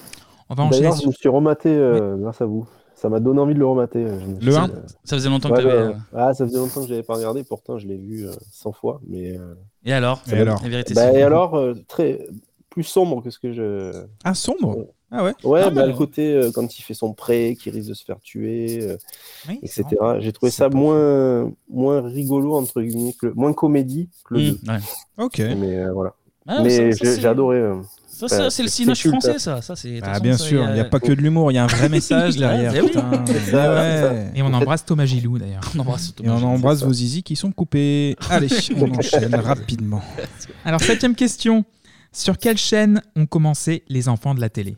S8: On va enchaîner
S3: D'ailleurs, je
S8: sur...
S3: me suis rematé euh, grâce à vous. Ça m'a donné envie de le remater. euh, je me suis
S7: Le
S3: dit,
S7: un
S3: euh,
S1: Ça faisait longtemps que
S3: ouais,
S1: t'avais.
S3: ouais.
S1: euh,
S3: Ah, ça faisait longtemps que je l'avais pas regardé, pourtant je l'ai vu euh, 100 fois. Mais, euh,
S1: Et alors
S7: Et alors
S1: La vérité,
S3: bah,
S1: c'est-
S3: et alors, euh, très, plus sombre que ce que je.
S7: Ah, sombre
S3: Ouais,
S7: Ah,
S3: bah,
S7: ouais.
S3: le côté euh, quand il fait son prêt, qu'il risque de se faire tuer, euh,
S8: Oui,
S3: etc.
S8: c'est vrai.
S3: J'ai trouvé
S7: C'est
S3: ça
S7: pas
S3: moins, moins rigolo, entre guillemets, que le- moins comédie que le
S1: Mmh,
S3: 2.
S1: ouais.
S7: Ok.
S3: Mais euh, voilà.
S1: Ah,
S3: mais
S1: ça, ça,
S3: j'ai-
S1: c'est-
S3: j'ai adoré. euh,
S1: Ça, ça, c'est le
S3: c'est
S1: cinoche
S3: culte, hein.
S1: français, ça. ça c'est- euh, de toute
S7: Ah,
S1: façon,
S7: bien
S1: ça,
S7: sûr, il n'y a pas que de l'humour, il y a un vrai message derrière.
S1: Ouais,
S7: putain. Bah
S3: c'est ça,
S7: Ouais.
S3: c'est
S8: Et on embrasse Thomas Gilou, d'ailleurs.
S1: On embrasse
S7: Et on
S1: Thomas.
S7: embrasse
S3: ça.
S7: vos zizi qui sont coupés. Allez, on enchaîne rapidement.
S8: Alors, septième question. Sur quelle chaîne ont commencé les enfants de la télé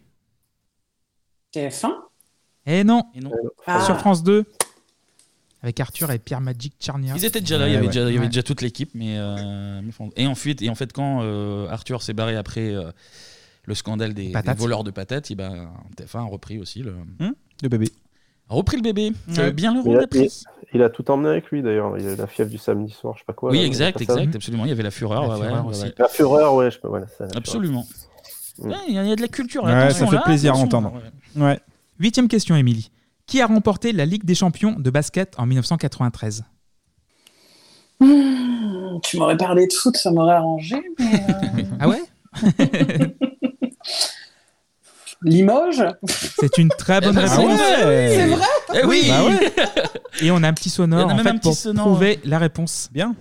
S9: TF1
S8: Eh non
S1: Et non.
S9: Ah.
S8: Sur France 2 Avec Arthur et Pierre Magic Charnia.
S1: Ils étaient déjà là, il y avait,
S7: Ouais,
S1: déjà, il y avait
S8: ouais.
S1: déjà toute l'équipe, mais euh, mais fond- et ensuite et en fait quand euh, Arthur s'est barré après euh, le scandale des,
S8: Patates.
S1: des voleurs de patates, et ben TF1 a repris aussi le
S7: Le bébé.
S1: a repris le bébé,
S7: Hmm Ouais.
S1: Euh, bien le
S3: Mais
S1: rôle
S3: là,
S1: repris.
S3: Il a tout emmené avec lui d'ailleurs. Il a la fièvre du samedi soir, je sais pas quoi.
S1: Oui
S3: là,
S1: exact,
S3: c'est pas ça
S1: exact, absolument. Il y avait la fureur,
S8: La
S1: ouais, ouais,
S8: fureur
S1: ouais,
S8: aussi.
S1: ouais.
S3: La fureur, ouais, je peux. Voilà, ça, la fureur.
S1: absolument.
S3: Mm.
S1: Ouais, Il y, a- il y a de la culture.
S7: Ouais,
S1: attention,
S7: ça fait
S1: là,
S7: plaisir à
S1: attention,
S7: entendre.
S1: ouais.
S7: Ouais.
S8: Huitième question, Émilie. Qui a remporté la Ligue des champions de basket en 1993
S9: Mmh, tu m'aurais parlé de foot, ça m'aurait arrangé. Mais euh,
S8: Ah ouais
S9: Limoges
S8: C'est une très bonne
S1: Ah
S8: réponse.
S1: ouais.
S9: C'est vrai
S1: Eh oui.
S8: Bah ouais. Et on a un petit
S1: Il y en
S8: sonore
S1: a
S8: en
S1: même
S8: fait,
S1: un petit
S8: pour
S1: sonore,
S8: trouver la réponse.
S7: Bien.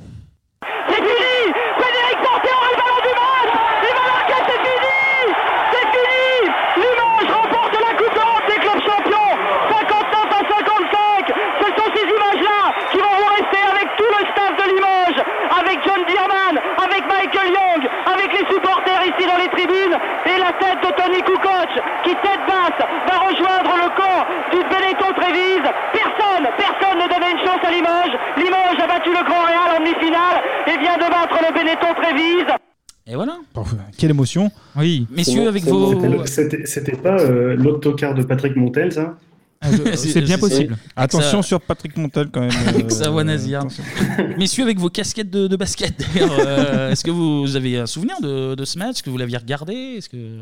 S1: Et voilà.
S7: Oh, quelle émotion.
S8: Oui.
S1: Messieurs avec
S3: c'est bon,
S1: vos
S3: c'était
S10: C'était- C'était c'était pas euh, l'autocar de Patrick Montel, ça
S1: C'est-
S8: C'est bien
S1: c'est-
S8: possible.
S7: Attention sur Patrick Montel quand même. euh,
S1: Avec Savoie Nazir.
S7: attention.
S1: Messieurs, avec vos casquettes de, de basket, d'ailleurs, euh, est-ce que vous avez un souvenir de, de ce match Est-ce que vous l'aviez regardé Est-ce que...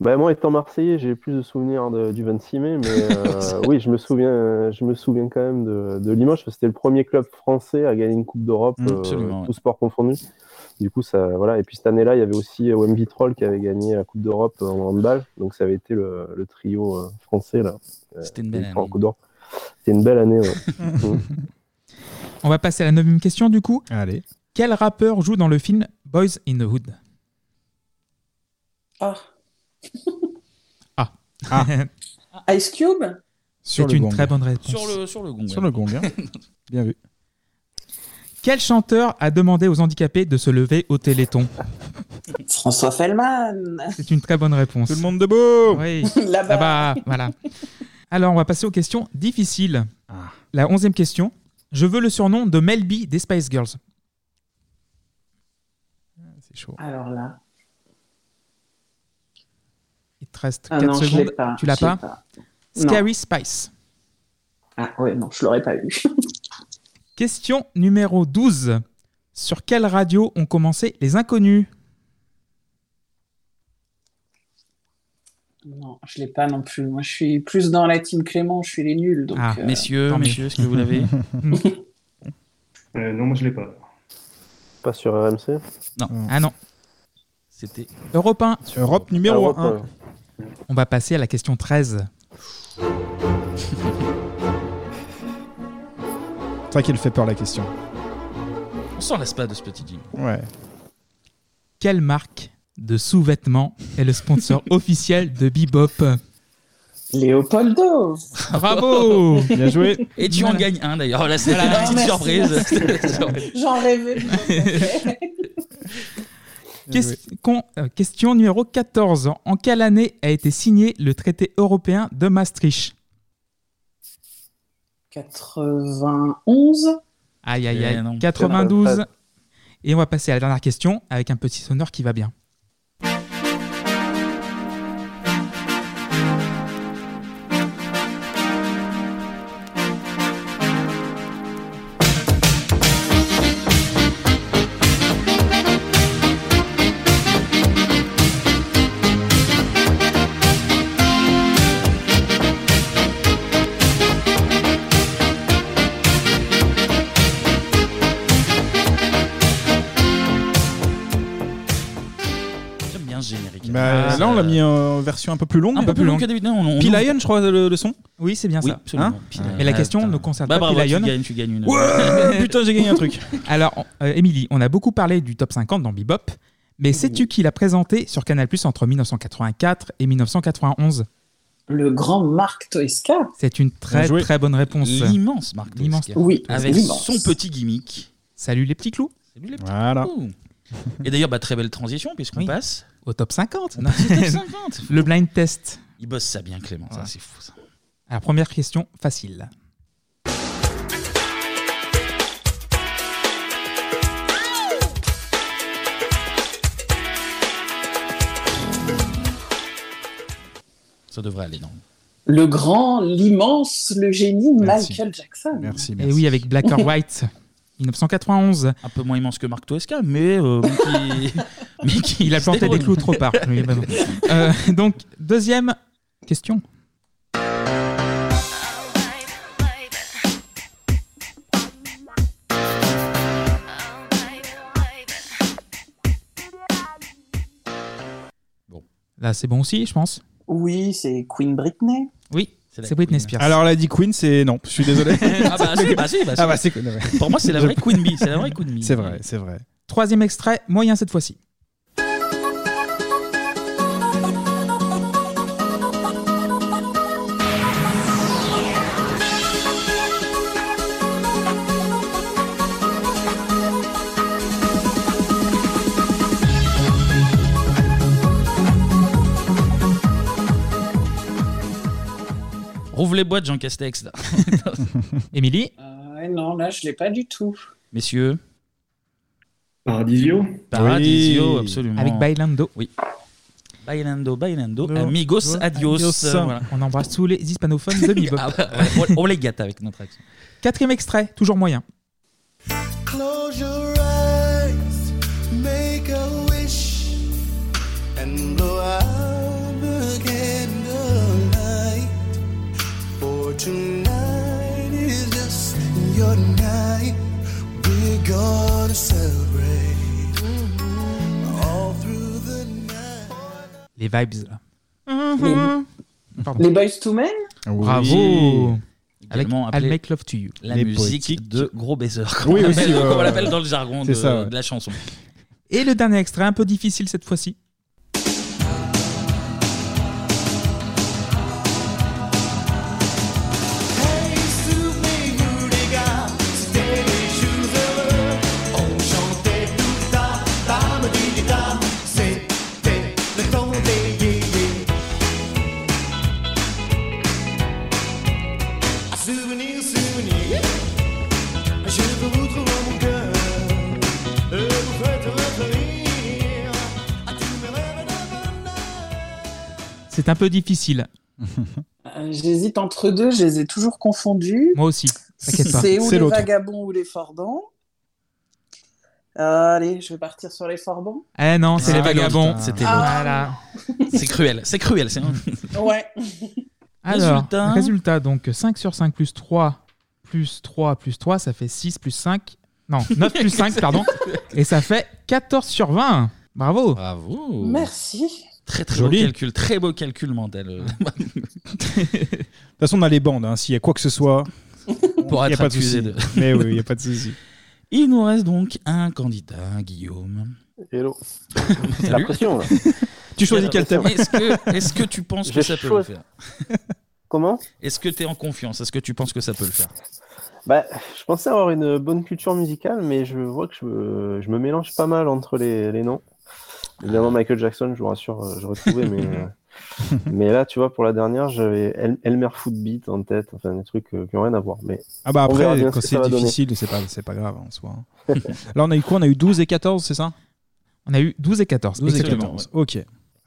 S3: Bah, moi, étant Marseillais, j'ai plus de souvenirs de- du 26 mai, mais euh, oui, je me souviens, euh, je me souviens quand même de, de Limoges. parce que C'était le premier club français à gagner une Coupe d'Europe,
S7: Mm,
S3: euh,
S1: absolument, ouais.
S3: tout sport confondu. Du coup, ça, voilà. Et puis cette année-là, il y avait aussi OM Vitrolles qui avait gagné la Coupe d'Europe euh, en handball, donc ça avait été le, le trio euh, français là. euh,
S1: C'était une belle
S3: qui était en
S1: année.
S3: Coupe d'Or. C'était une belle année. ouais.
S8: On va passer à la neuvième question du coup.
S7: Allez.
S8: Quel rappeur joue dans le film Boys in the Hood
S9: Ah.
S8: Ah.
S9: Ice Cube
S7: Sur
S8: C'est
S7: le
S8: une
S7: gong.
S8: très bonne réponse.
S1: Sur le, sur le gong.
S7: Sur
S1: ouais.
S7: le gong. hein. Bien vu.
S8: Quel chanteur a demandé aux handicapés de se lever au téléthon
S9: François Fellman
S8: C'est une très bonne réponse.
S7: Tout le monde debout.
S8: Oui.
S9: Là-bas.
S8: Ah bah, voilà. Alors, on va passer aux questions difficiles.
S7: Ah.
S8: La onzième question. Je veux le surnom de Melby des Spice Girls.
S7: C'est chaud.
S9: Alors là.
S8: Il te reste
S9: Ah
S8: 4
S9: non, je
S8: secondes.
S9: l'ai pas.
S8: Tu l'as
S9: je l'ai
S8: pas
S9: Non.
S8: Scary Spice.
S9: Ah ouais, non, je l'aurais pas eu.
S8: Question numéro 12. Sur quelle radio ont commencé les inconnus
S9: Non, je l'ai pas non plus. Moi, je suis plus dans la team Clément, je suis les nuls. Donc,
S8: Ah,
S9: euh,
S1: Messieurs,
S8: Tant mieux.
S1: messieurs, est-ce que vous l'avez
S10: Euh, Non, moi je l'ai pas.
S3: Pas sur RMC.
S8: Ah non,
S1: C'était.
S8: Europe 1.
S7: Europe numéro
S3: Ah, Europe,
S7: 1.
S3: ouais.
S8: On va passer à la question 13.
S7: C'est vrai qu'elle fait peur la question.
S1: On s'en lasse pas de ce petit jingle.
S7: Ouais.
S8: Quelle marque de sous-vêtements est le sponsor officiel de Bebop
S9: Léopoldo
S1: Ah Eh
S8: Bravo
S7: Bien joué.
S1: Et tu en
S8: Voilà.
S1: gagnes un d'ailleurs. Là, c'était
S8: Voilà.
S1: une petite
S9: Merci.
S1: surprise.
S9: J'en rêvais.
S8: Question, euh, question numéro 14. En quelle année a été signé le traité européen de Maastricht
S9: 91
S8: Aïe, aïe,
S9: Eh non.
S8: aïe. 92. Et on va passer à la dernière question avec un petit sonore qui va bien.
S1: J'aime bien ce générique. Ah,
S7: Bah, là, on l'a mis en version un peu plus longue.
S1: Un peu plus long que d'habitude. Non, on- on-
S7: Peel Lion, je crois, le, le son.
S8: Oui, c'est bien
S1: Oui,
S8: ça.
S1: absolument.
S8: Hein
S1: Peel Lion.
S8: Mais la
S1: Ah,
S8: question
S1: putain.
S8: ne concerne
S1: Bah,
S8: pas
S1: bravo, tu
S8: Pilion.
S1: gagnes- tu gagnes une- Ouais, putain, j'ai gagné un truc.
S8: Alors, euh, Émilie, on a beaucoup parlé du top 50 dans Bebop, mais sais-tu qui l'a présenté sur Canal entre 1984 et 1991
S9: Le grand Marc Toesca.
S8: C'est une très
S9: Bien joué.
S8: très bonne réponse.
S1: L'immense Marc
S8: L'immense
S1: Toesca.
S8: Marc Toesca.
S1: Avec son petit gimmick.
S8: Salut les petits clous.
S1: Salut les petits
S8: Voilà.
S1: clous. Et d'ailleurs, bah, très belle transition puisqu'on passe.
S8: Au top 50.
S1: On passe au top 50.
S8: Le blind test.
S1: Il bosse ça bien, Clément. Ça, c'est fou. Ça.
S8: Alors, première question facile.
S1: ça devrait aller, non
S9: Le grand, l'immense, le génie Michael Jackson.
S8: Et oui, avec Black or White, 1991.
S1: Un peu moins immense que Marc Toesca, mais, euh, mais qui... mais qui-
S8: Il a planté des clous trop tard. Oui, bah non. Euh, donc, deuxième question. Là, c'est bon aussi, je pense.
S9: Oui, c'est Queen Britney.
S8: Oui,
S9: C'est la
S8: c'est Britney
S9: Queen.
S8: Spears.
S7: Alors, la dit Queen, c'est non. Je suis désolé.
S8: Ah bah, si, bah, si, bah, si.
S7: Ah bah, c'est Queen, ouais.
S1: Pour moi, c'est la
S7: Je-
S1: vraie Queen Bee, c'est la vraie Queen Bee.
S7: C'est vrai, c'est vrai.
S8: Troisième extrait, moyen cette fois-ci.
S1: Rouvre les boîtes, Jean Castex. là.
S8: Émilie
S9: Euh, Ouais, non, là, je l'ai pas du tout.
S1: Messieurs
S10: Paradisio
S1: Paradisio, absolument.
S8: Avec Bailando.
S1: Oui. Bailando, bailando, amigos, adios. Euh, voilà.
S8: On embrasse tous les hispanophones de Bebop.
S1: Ah bah, ouais, on- on les gâte avec notre action.
S8: Quatrième extrait, toujours moyen.
S11: Close your eyes, make a wish, and blow out the candlelight. For tonight is just your night. We're gonna celebrate all through the
S8: Les vibes, là.
S9: Les-
S8: Pardon.
S9: Les Boys to Men
S7: Ah
S8: Bravo. Avec
S1: Également
S8: I'll
S1: appelé
S8: Make Love to You.
S1: La
S8: Les
S1: musique
S8: poétiques.
S1: de gros baiser.
S8: Oui, aussi, ouais,
S1: Comme on
S8: ouais.
S1: l'appelle dans le jargon
S8: C'est
S1: de,
S8: ça, ouais.
S1: de la chanson.
S8: Et le dernier extrait, un peu difficile cette fois-ci.
S11: Souvenir, souvenir, je veux retrouver mon cœur et vous faites revenir à tous mes rêves
S8: C'est un peu difficile.
S9: Euh, J'hésite entre deux, je les ai toujours confondus.
S8: Moi aussi. T'inquiète pas.
S9: C'est ou les
S8: l'autre.
S9: vagabonds ou les fordons. Euh, allez, je vais partir sur les fordons.
S8: Eh non, c'est
S1: Ah,
S8: les
S1: l'autre.
S8: vagabonds.
S1: C'était
S9: Ah.
S1: l'autre.
S8: Voilà.
S1: C'est cruel, c'est cruel. c'est-
S9: Ouais.
S8: Alors,
S1: Résultat.
S8: résultat. donc 5 sur 5 plus 3 plus 3 plus 3, ça fait 6 plus 5. Non, 9 plus 5, pardon. Et ça fait 14 sur 20. Bravo. Oh.
S1: Bravo.
S9: Merci.
S1: Très très
S7: Joli.
S1: beau calcul, très beau calcul mental. euh.
S7: De toute façon, on a les bandes. hein. S'il y a quoi que ce soit,
S1: Pour
S7: il y a
S1: être
S7: pas de
S1: accusé
S7: souci.
S1: de-
S7: Mais oui, il n'y a pas de souci.
S1: Il nous reste donc un candidat, Guillaume.
S3: Hello.
S1: Salut.
S3: La pression, là.
S7: Tu choisis quel thème
S1: Est-ce que, est-ce que tu penses que
S3: J'ai
S1: ça peut le
S3: choisi-
S1: faire
S3: Comment
S1: Est-ce que tu es en confiance Est-ce que tu penses que ça peut le faire
S3: Bah, je pensais avoir une bonne culture musicale, mais je vois que je, me- je me mélange pas mal entre les, les noms.
S7: Ah.
S3: Évidemment, Michael Jackson, je vous rassure, euh, je retrouvais, mais, euh, mais là, tu vois, pour la dernière, j'avais El- Elmer Footbeat en tête, enfin des trucs euh, qui n'ont rien à voir. Mais
S7: Ah bah
S3: on verra
S7: après,
S3: bien ce
S7: quand
S3: que
S7: c'est
S3: ça va donner.
S7: difficile, c'est pas, c'est pas grave en soi. hein. Là, on a eu quoi On a eu 12 et 14, c'est ça
S8: On a eu 12 et 14,
S7: 12 et
S8: exactement.
S7: 14, ok.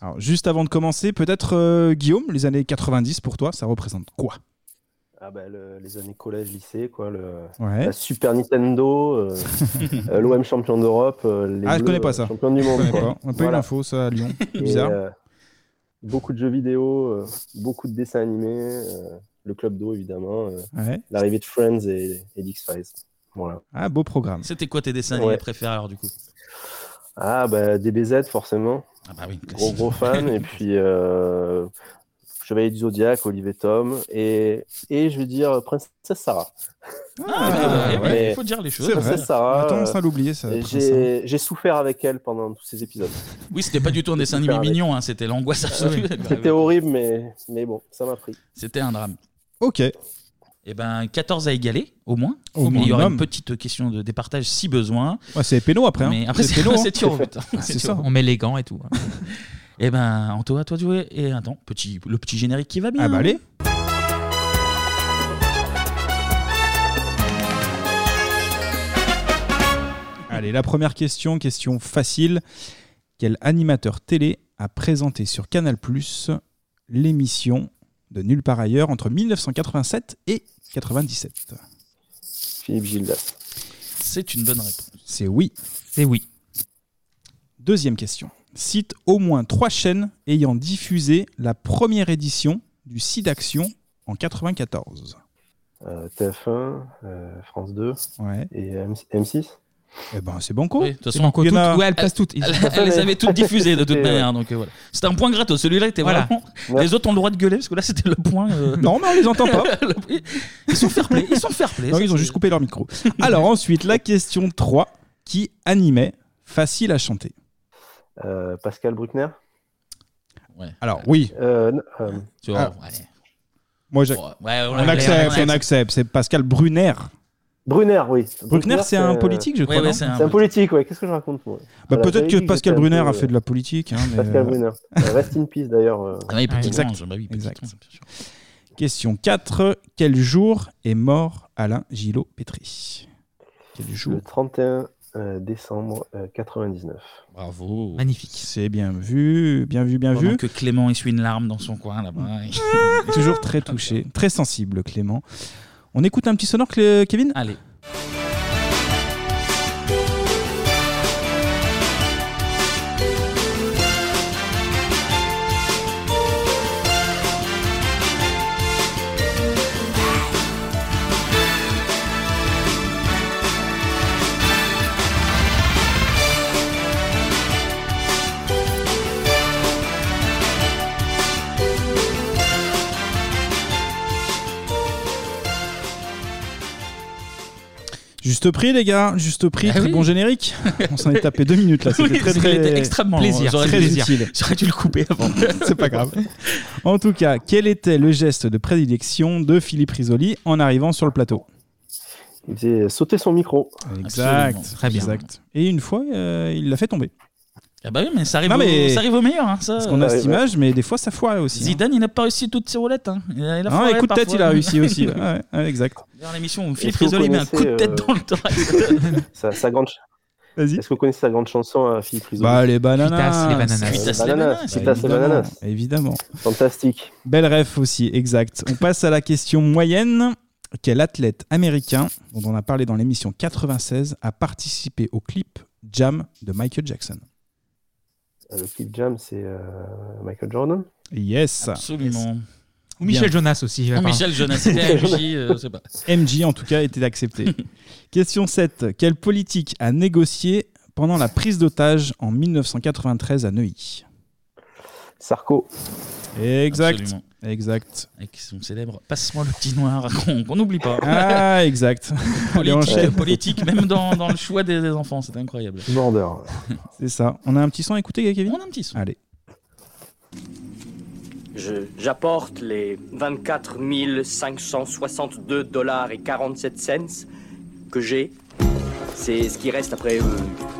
S7: Alors, juste avant de commencer, peut-être, euh, Guillaume, les années 90, pour toi, ça représente quoi
S3: Ah bah, le- les années collège-lycée, quoi. Le,
S7: Ouais.
S3: La Super Nintendo, euh, euh, l'OM champion d'Europe, euh, les
S7: Ah, je
S3: Bleus,
S7: connais pas
S3: euh,
S7: ça.
S3: champions du
S7: Je
S3: monde.
S7: connais
S3: quoi.
S7: pas. On a pas eu l'info, ça, à Lyon.
S3: Et,
S7: Bizarre.
S3: euh, beaucoup de jeux vidéo, euh, beaucoup de dessins animés, euh, le club d'eau, évidemment, euh,
S7: Ouais.
S3: l'arrivée de Friends et, et d'X-Files. Voilà.
S7: Ah, beau programme.
S1: C'était quoi tes dessins animés
S3: Ouais.
S1: préférés alors du coup
S3: Ah, bah, DBZ, forcément.
S1: Ah, bah oui,
S3: Gros, gros fan. et puis, euh, Chevalier du Zodiac, Olivier Tom, et, et je veux dire, Princesse Sarah.
S7: Ah,
S1: eh ouais,
S3: Mais
S1: il faut dire les choses.
S7: C'est vrai.
S3: Princesse Sarah.
S7: On a tendance à
S3: euh,
S7: l'oublier, ça,
S3: et
S7: Princesse
S3: J'ai j'ai souffert avec elle pendant tous ces épisodes.
S1: Oui, c'était pas du tout un dessin animé
S3: Super avec.
S1: mignon, hein, c'était l'angoisse absolue.
S3: C'était horrible, mais, mais bon, ça m'a pris.
S1: C'était un drame.
S7: Ok.
S1: Eh ben, 14 à égaler, au moins.
S7: Au
S1: Mais il y aura
S7: minimum.
S1: une petite question de départage si besoin.
S7: Ouais, c'est péno après. hein.
S1: Mais après, c'est
S7: péno, hein.
S1: c'est tiré au but.
S7: Ah, c'est ça.
S8: On met les gants et tout.
S1: Eh ben, Anto, à toi de jouer. Et attends, petit, le petit générique qui va bien.
S7: Ah bah allez. Allez, la première question, question facile. Quel animateur télé a présenté sur Canal Plus l'émission de Nulle part ailleurs entre 1987 et 97
S3: Philippe Gildas.
S1: C'est une bonne réponse.
S7: C'est Eh oui.
S8: C'est oui.
S7: Deuxième question. Cite au moins trois chaînes ayant diffusé la première édition du site d'action en 94.
S3: Euh, TF1, euh, France 2
S7: Ouais.
S3: et M- M6.
S7: Eh ben, c'est banco.
S1: Oui, de toute
S7: C'est
S1: façon,
S7: banco.
S8: Toutes,
S7: Il y en a-
S8: Ouais, elles passent toutes. Ils-
S1: Elle, elle les avait toutes diffusées de toute
S3: C'était,
S1: manière, donc euh, voilà. C'était un point gratos. Celui-là était
S8: Voilà.
S1: vraiment.
S3: Ouais.
S1: Les autres ont le droit de gueuler parce que là, c'était le point. euh,
S7: Non, mais on les entend pas.
S1: le- Ils sont fair play. Ils sont fair play.
S7: Non,
S1: Ça,
S7: ils ont
S1: c'est-
S7: juste coupé leur micro. Alors ensuite, la question 3, qui animait Facile à chanter
S3: Euh, Pascal Bruckner.
S1: Ouais.
S7: Alors oui,
S3: Euh, n- euh,
S1: Tu vois, allez.
S7: moi j'ai-
S1: Ouais, ouais,
S7: Ah. on accepte, on accepte. C'est Pascal Brunner.
S3: Brunner, euh, oui.
S7: Bruckner, c'est un politique, hein, je
S1: Ouais,
S7: crois.
S1: ouais,
S7: non
S1: c'est
S3: C'est un
S1: un.
S3: politique, ouais. Qu'est-ce que je raconte, moi
S7: Bah,
S3: Voilà,
S7: Peut-être
S3: j'avais
S7: que
S3: dit
S7: Pascal
S3: j'étais un
S7: Brunner
S3: peu, euh,
S7: a fait de la politique. hein, mais,
S3: Pascal
S7: euh,
S3: Brunner. Euh, Rest in peace, d'ailleurs. euh,
S1: Ah oui, petit
S7: Exact.
S1: ange, bah oui, petit
S7: Exact.
S1: ange, bien sûr.
S7: Question 4, quel jour est mort Alain Gillot Pétri Quel jour
S3: le 31 euh, décembre euh, 99.
S1: Bravo.
S8: Magnifique.
S7: C'est bien vu, bien vu, bien
S1: Pendant
S7: vu. Mm.
S1: que Clément essuie une larme dans son coin là-bas.
S7: Toujours très touché, très sensible, Clément. On écoute un petit sonore, Clé- Kevin
S1: Allez.
S7: Juste prix, les gars, juste prix,
S1: Ah
S7: très
S1: oui.
S7: bon générique. On s'en est tapé deux minutes là, Bah, c'était
S1: Oui,
S7: très
S1: il
S7: très
S1: était extrêmement
S7: plaisir,
S1: j'aurais
S7: très
S1: dû-
S7: utile.
S1: J'aurais dû le couper avant.
S7: C'est pas grave. En tout cas, quel était le geste de prédilection de Philippe Risoli en arrivant sur le plateau
S3: Il faisait euh, sauter son micro.
S1: Absolument, très bien.
S7: exact. Et une fois, euh, il l'a fait tomber.
S1: Ah bah oui, mais ça arrive,
S7: Non, mais-
S1: Au, ça arrive au meilleur. Hein, ça.
S7: Parce qu'on a
S3: ouais,
S7: cette
S3: Ah, ouais.
S7: image, mais des fois ça foire aussi. hein.
S1: Zidane, il n'a pas réussi toutes ses roulettes. Hein. Il a, il a
S7: Hein,
S1: foiré
S7: et coup de tête,
S1: parfois.
S7: il a réussi aussi. ouais, ouais, ouais, exact.
S1: Dans l'émission, où Philippe
S3: Est-ce que vous
S1: Risoli met un coup de
S3: connaissez,
S1: tête
S3: euh,
S1: dans le thorax.
S3: Sa, sa grande... ch-
S7: Vas-y.
S3: Est-ce que vous connaissez sa grande chanson à Philippe Risoli
S7: Bah, les
S8: Cuitasse,
S7: bananas.
S8: les bananas.
S1: Cuitasse, les
S3: Bananas,
S1: bananas.
S3: c'est Cuitasse, les
S7: évidemment,
S3: bananas.
S7: Évidemment.
S3: Fantastique.
S7: Belle ref aussi, exact. On passe à la question moyenne. Quel athlète américain, dont on a parlé dans l'émission 96, a participé au clip Jam de Michael Jackson
S3: Euh, Le clip jam, c'est euh, Michael Jordan.
S7: Yes
S1: Absolument.
S8: Ou Michel Jonas aussi.
S1: Oh,
S8: apparemment.
S1: Michel Jonas, c'était MJ, euh, je sais pas.
S7: MJ en tout cas était accepté. question 7. Quel politique a négocié pendant la prise d'otage en 1993 à Neuilly
S3: Sarko.
S7: Exact.
S1: Absolument.
S7: Exact.
S1: Avec son célèbre Passe-moi le petit noir qu'on qu'on n'oublie pas.
S7: Ah, exact. Allez, on
S1: politique,
S7: chef.
S1: politique, même dans, dans le choix des, des enfants, c'était incroyable.
S3: Border.
S7: C'est ça. On a un petit son à écouter, Kevin
S1: On a un petit son.
S7: Allez.
S5: Je- J'apporte les 24 562 dollars et 47 cents que j'ai
S12: C'est ce qui reste après euh,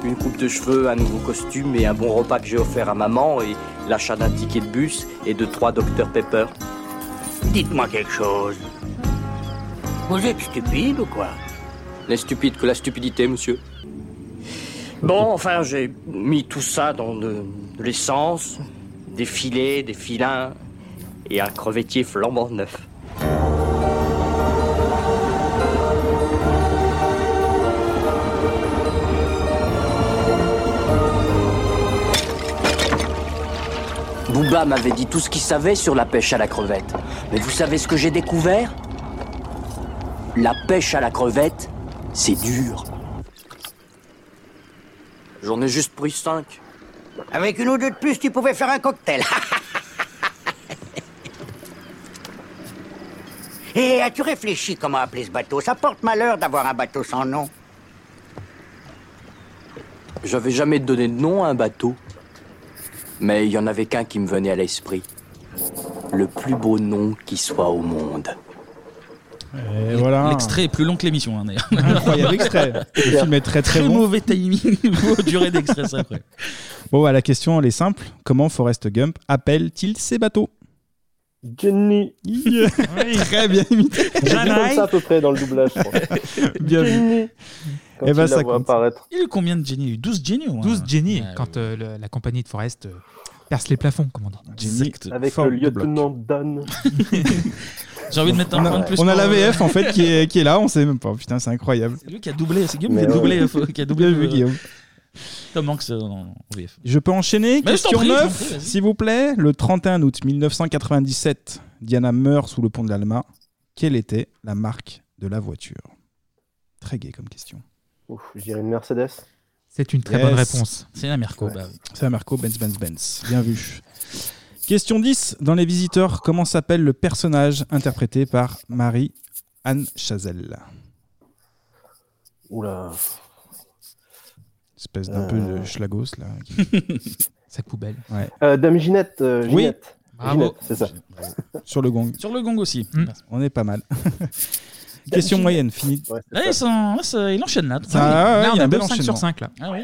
S12: une coupe de cheveux, un nouveau costume et un bon repas que j'ai offert à maman et l'achat d'un ticket de bus et de trois Dr Pepper. Dites-moi quelque chose. Vous êtes stupide ou quoi Les stupides que la stupidité, monsieur. Bon, enfin, j'ai mis tout ça dans de, de l'essence, des filets, des filins et un crevettier flambant neuf. Booba m'avait dit tout ce qu'il savait sur la pêche à la crevette. Mais vous savez ce que j'ai découvert La pêche à la crevette, c'est dur. J'en ai juste pris cinq.
S13: Avec une ou deux de plus, tu pouvais faire un cocktail.
S12: Et as-tu réfléchi comment appeler ce bateau Ça porte malheur d'avoir un bateau sans nom. J'avais jamais donné de nom à un bateau. Mais il y en avait qu'un qui me venait à l'esprit. Le plus beau nom qui soit au monde.
S7: Et voilà.
S1: L'extrait est plus long que l'émission, hein, d'ailleurs.
S7: Incroyable extrait. Le film est très, très bon.
S1: mauvais timing niveau durée d'extrait, ça, après.
S7: Bon, bah, la question, elle est simple. Comment Forrest Gump appelle-t-il ses bateaux
S3: Jenny.
S7: Très bien imité.
S3: C'est comme ça à peu près dans le doublage, je crois.
S7: Bien vu. Eh ben,
S3: Quand tu la vois apparaître.
S1: Il y a eu combien de Jenny Il y a eu 12 Jenny au moins.
S8: 12 Jenny,
S1: Ah,
S8: quand euh, le- la compagnie de Forest euh, perce les plafonds, comme on dit.
S7: Jenny
S3: Avec
S7: forme
S3: le
S7: de bloc.
S3: lieutenant Dan.
S1: J'ai envie de mettre un
S7: on a,
S1: point de plus.
S7: on a
S1: pour,
S7: la VF
S1: euh,
S7: en fait qui est, qui est là, on sait même pas. Putain, c'est incroyable.
S1: C'est lui qui a doublé, c'est Guillaume qui
S7: Mais
S1: a doublé,
S7: ouais.
S1: euh, qui a doublé
S7: Bien vu,
S1: euh,
S7: Guillaume.
S1: Tom Hanks euh, en VF.
S7: Je peux enchaîner.
S1: Mais Bah, je t'en
S7: Question
S1: prie, je t'en
S7: 9,
S1: prie, vas-y.
S7: s'il vous plaît. Le 31 août 1997, Diana meurt sous le pont de l'Alma. Quelle était la marque de la voiture Très gay comme question.
S3: Ouf, je dirais une Mercedes.
S8: C'est une très
S7: Yes.
S8: bonne réponse.
S1: C'est la Merco. bah oui.
S7: C'est un Marco Benz Benz Benz. Bien vu. Question 10. Dans Les Visiteurs, comment s'appelle le personnage interprété par Marie-Anne Chazelle
S3: Oula.
S7: Espèce d'un peu de schlagos là. qui-
S8: Sac poubelle.
S7: Ouais.
S3: Euh, Dame Ginette. euh,
S7: Oui.
S3: Ginette.
S8: Bravo.
S3: Ginette, c'est ça.
S7: Sur le gong.
S1: Sur le gong aussi. Bah,
S8: Mm.
S7: On est pas mal. Question moyenne, fini.
S3: Ouais, c'est
S1: Là, ils
S3: ça.
S1: sont- là, ça- il enchaîne là.
S7: Ça, ouais,
S8: Là,
S7: il
S8: on
S7: y a
S8: a
S7: un bel
S8: même 5
S7: enchaînement.
S8: sur 5 là.
S1: Ah oui.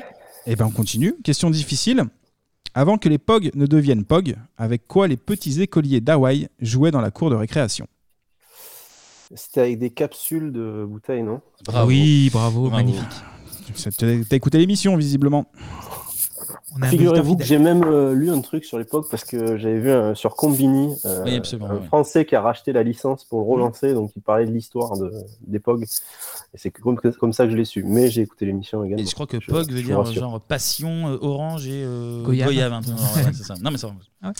S7: Eh ben on continue. Question difficile. Avant que les POG ne deviennent POG, avec quoi les petits écoliers d'Hawaï jouaient dans la cour de récréation
S3: C'était avec des capsules de bouteilles, non
S1: Bravo.
S8: Oui, bravo,
S1: Bravo.
S8: magnifique.
S7: Ça, T'as t'as écouté l'émission visiblement.
S8: On a un auditeur
S3: Figurez-vous que
S8: fidèle.
S3: j'ai même euh, lu un truc sur l'époque parce que j'avais vu un- sur Combini euh,
S1: Oui, absolument,
S3: un
S1: oui.
S3: Français qui a racheté la licence pour le relancer, donc il parlait de l'histoire de, des POG. Et c'est comme, comme ça que je l'ai su. Mais j'ai écouté l'émission également.
S1: Et je crois que
S3: Je-
S1: POG
S3: je
S1: veut
S3: vous
S1: dire euh,
S3: rassure.
S1: genre passion, euh, orange et euh,
S8: Goyave.
S1: goyave. un peu. Ouais, ouais, c'est ça. Non, mais ça va.
S7: Eh ben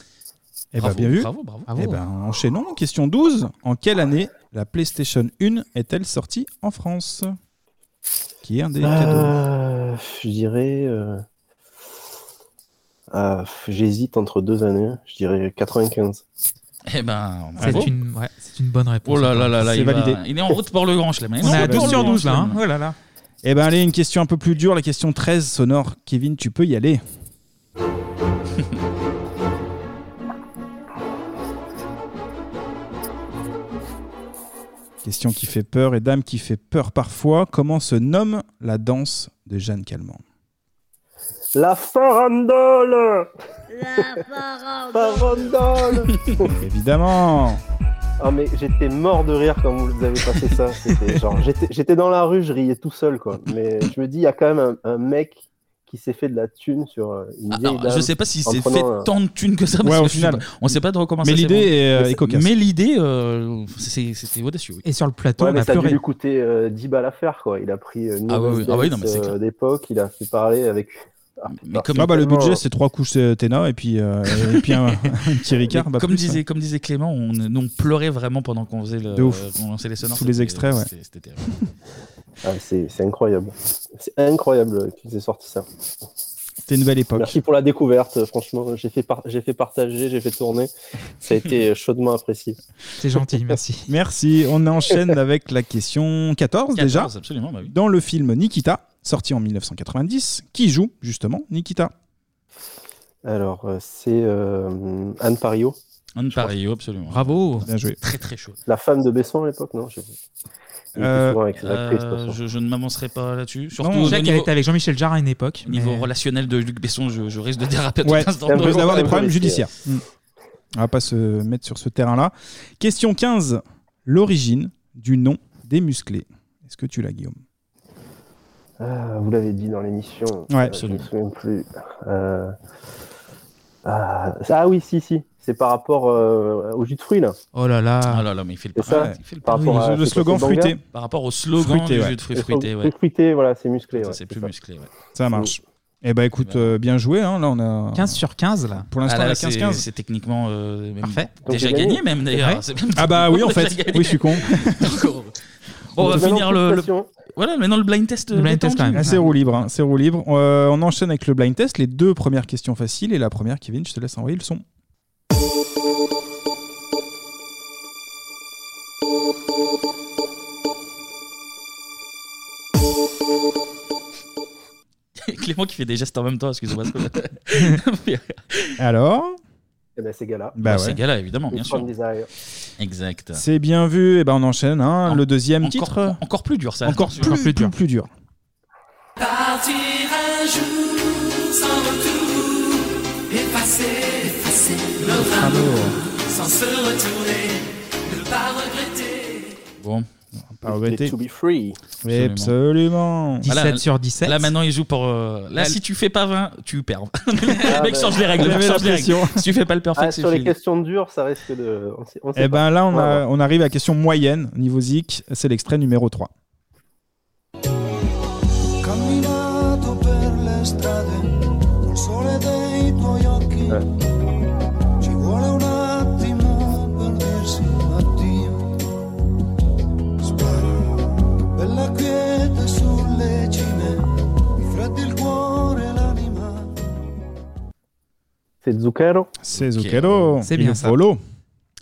S8: Ah
S1: Bravo,
S7: bien vu.
S1: Bravo, bravo.
S8: Bravo.
S7: Eh ben enchaînons. Question 12. En
S1: Ah
S7: quelle année la PlayStation 1 est-elle sortie en France Qui est un des cadeaux.
S3: Euh, je dirais. euh, ah, J'hésite entre deux années. Je dirais 95.
S1: Eh ben, bravo.
S8: C'est une, ouais, c'est une bonne réponse.
S1: Oh là là là là,
S7: C'est
S1: il, va-
S7: validé.
S1: il est en route pour le grand chelem. Il est
S8: On
S1: en
S8: est à
S1: route pour
S8: 12
S1: le
S8: sur
S1: grand
S8: 12 là.
S1: chelem.
S8: hein. Oh là là.
S7: Eh ben allez, une question un peu plus dure, la question 13 sonore. Kevin, tu peux y aller. question qui fait peur et dame qui fait peur parfois. Comment se nomme la danse de Jeanne Calment
S3: La farandole
S11: La parole.
S3: Farandole
S7: Évidemment
S3: Ah, mais j'étais mort de rire quand vous avez passé ça. C'était genre, j'étais- J'étais dans la rue, je riais tout seul, quoi. Mais je me dis, il y a quand même un, un mec qui s'est fait de la thune sur euh, une
S1: Ah,
S3: vieille
S1: alors,
S3: dame.
S1: je sais pas si
S3: en
S1: c'est fait
S3: prenant, euh,
S1: tant de thunes que ça. parce
S7: Ouais,
S1: que
S7: au
S1: je sais
S7: final.
S1: pas- on sait pas de recommencer.
S7: Mais l'idée euh, est,
S1: Mais
S7: est cocasse.
S1: Mais l'idée, euh, c'est- c'était audacieux. Oui.
S8: Et sur le plateau,
S3: Ouais,
S8: on
S3: mais
S8: a
S3: ça a dû
S8: pleuré.
S3: lui coûter euh, 10 balles à faire, quoi. Il a pris euh, une
S1: Ah ouais,
S3: mauvaise
S1: oui. Ah ouais, non, mais
S3: pièce,
S1: c'est
S3: euh,
S1: clair.
S3: d'époque, il a fait parler avec. Ah,
S1: Mais
S3: putain.
S1: comme-
S7: Ah bah, le
S3: Tellement-
S7: budget, c'est trois couches euh, Téna et puis, euh, et puis un, un petit Ricard. bah,
S1: comme,
S7: plus,
S1: disait, comme disait Clément, on, nous, on pleurait vraiment pendant qu'on faisait, le,
S7: De ouf.
S1: qu'on lançait les sonores.
S7: Tous les
S1: c'était-
S7: extraits, ouais.
S1: c'était- c'était terrible.
S3: Ah, c'est c'est incroyable. C'est incroyable qu'ils aient sorti ça.
S7: hein. C'était une belle époque.
S3: Merci pour la découverte. euh, Franchement, j'ai fait, par- j'ai fait partager, j'ai fait tourner. Ça a été euh, chaudement apprécié.
S8: C'est gentil, merci.
S7: Merci. On enchaîne avec la question 14 déjà.
S1: 14, Absolument, bah oui.
S7: Dans le film Nikita, sorti en 1990, qui joue justement Nikita
S3: Alors, euh, c'est euh, Anne Pario.
S1: Un Pareil, absolument.
S7: Bravo.
S1: Bien joué. Très très chaud.
S3: La femme de Besson à l'époque, non je... Il était souvent avec ses actrices, de toute
S1: Euh,
S3: façon.
S1: je, je ne m'avancerai pas là-dessus. Surtout
S8: Non,
S1: au
S8: je sais qu'elle
S1: niveau-
S8: était avec Jean-Michel Jarre à une époque.
S1: Niveau
S8: mais-
S1: relationnel de Luc Besson, je, je risque de déraper à tout
S7: Ouais,
S1: instant.
S7: on risque d'avoir des problèmes judiciaires. Mm. On va pas se mettre sur ce terrain-là. Question 15. L'origine du nom des musclés. Est-ce que tu l'as, Guillaume
S3: Ah, vous l'avez dit dans l'émission.
S7: Ouais,
S3: Euh,
S7: absolument.
S3: Je ne me souviens plus. Euh, Ah, ça- ah oui, si, si. C'est par rapport euh, au jus de fruits, là.
S8: Oh là là.
S1: Ah là là, mais il fait le
S3: C'est ça
S1: parallèle, il fait le
S3: Par
S1: parallèle.
S3: rapport à- c'est quoi, c'est Banga
S1: Par rapport au slogan du jeu de fruits fruités, ouais.
S3: Fruité, voilà, c'est musclé.
S1: Ça,
S3: ouais,
S1: c'est plus musclé, ouais.
S7: Ça marche. Eh ben écoute, euh, bien joué. hein. Là, on a
S8: 15 sur 15, là.
S7: Pour l'instant,
S1: Ah là
S7: on a
S1: là, c'est-
S7: 15-15.
S1: C'est techniquement euh, même
S7: Parfait.
S1: déjà
S7: Donc, j'ai
S1: gagné,
S7: gagné.
S1: même d'ailleurs.
S7: Ouais.
S1: C'est même-
S7: Ah bah oui, en
S1: Déjà
S7: fait.
S1: gagné.
S7: Oui, je suis con.
S1: Donc, on on va
S7: Maintenant,
S1: finir
S7: coup de
S1: le, le-
S7: pression.
S1: Voilà, maintenant le blind test. euh, détendu.
S7: Ah, C'est roue libre. hein, c'est roue libre. Euh, on enchaîne avec le blind test. Les deux premières questions faciles et la première, Kevin, je te laisse envoyer le son.
S1: Clément qui fait des gestes en même temps, excusez-moi. Bah
S7: Alors
S3: Eh ben, c'est Gala.
S7: Bah ouais. C'est
S1: Gala, évidemment, bien sûr.
S3: From Desire.
S1: Exact.
S7: C'est bien vu. Et ben on enchaîne. hein. le deuxième
S1: encore-
S7: titre.
S1: encore plus dur, ça.
S7: Encore
S1: Attention.
S7: plus,
S1: Encore plus
S7: plus dur. Plus dur.
S11: Partir un jour sans retour, effacer, effacer notre amour, sans se retourner, ne pas regretter.
S1: Bon. Ah,
S7: Pas regretter.
S3: To be free.
S7: Oui, Absolument.
S1: 17
S8: sur 17.
S1: Là, maintenant, il joue pour. euh, Là,
S7: Là,
S1: si tu fais pas 20, tu perds.
S3: Ah,
S1: le mec
S3: ben.
S1: change les règles. le mec change les règles. Si tu fais pas le perfect,
S3: Ah,
S1: c'est
S3: Sur les
S1: fini. Eh
S3: questions dures, ça risque de. on sait- on sait
S7: Et ben
S3: pas.
S7: là, on, a-
S3: Ouais, ouais.
S7: on arrive à la question moyenne niveau zik. C'est l'extrait numéro 3.
S11: Camminato per le strade col sole dei tuoi occhi. Ci vuole un attimo per dirsi addio. Spara bella quiete sulle cime, mi freddi il cuore e l'anima.
S1: ben-
S3: C'est Zucchero.
S7: C'est Zucchero.
S3: C'est
S7: Il
S3: bien ça.
S7: Volo.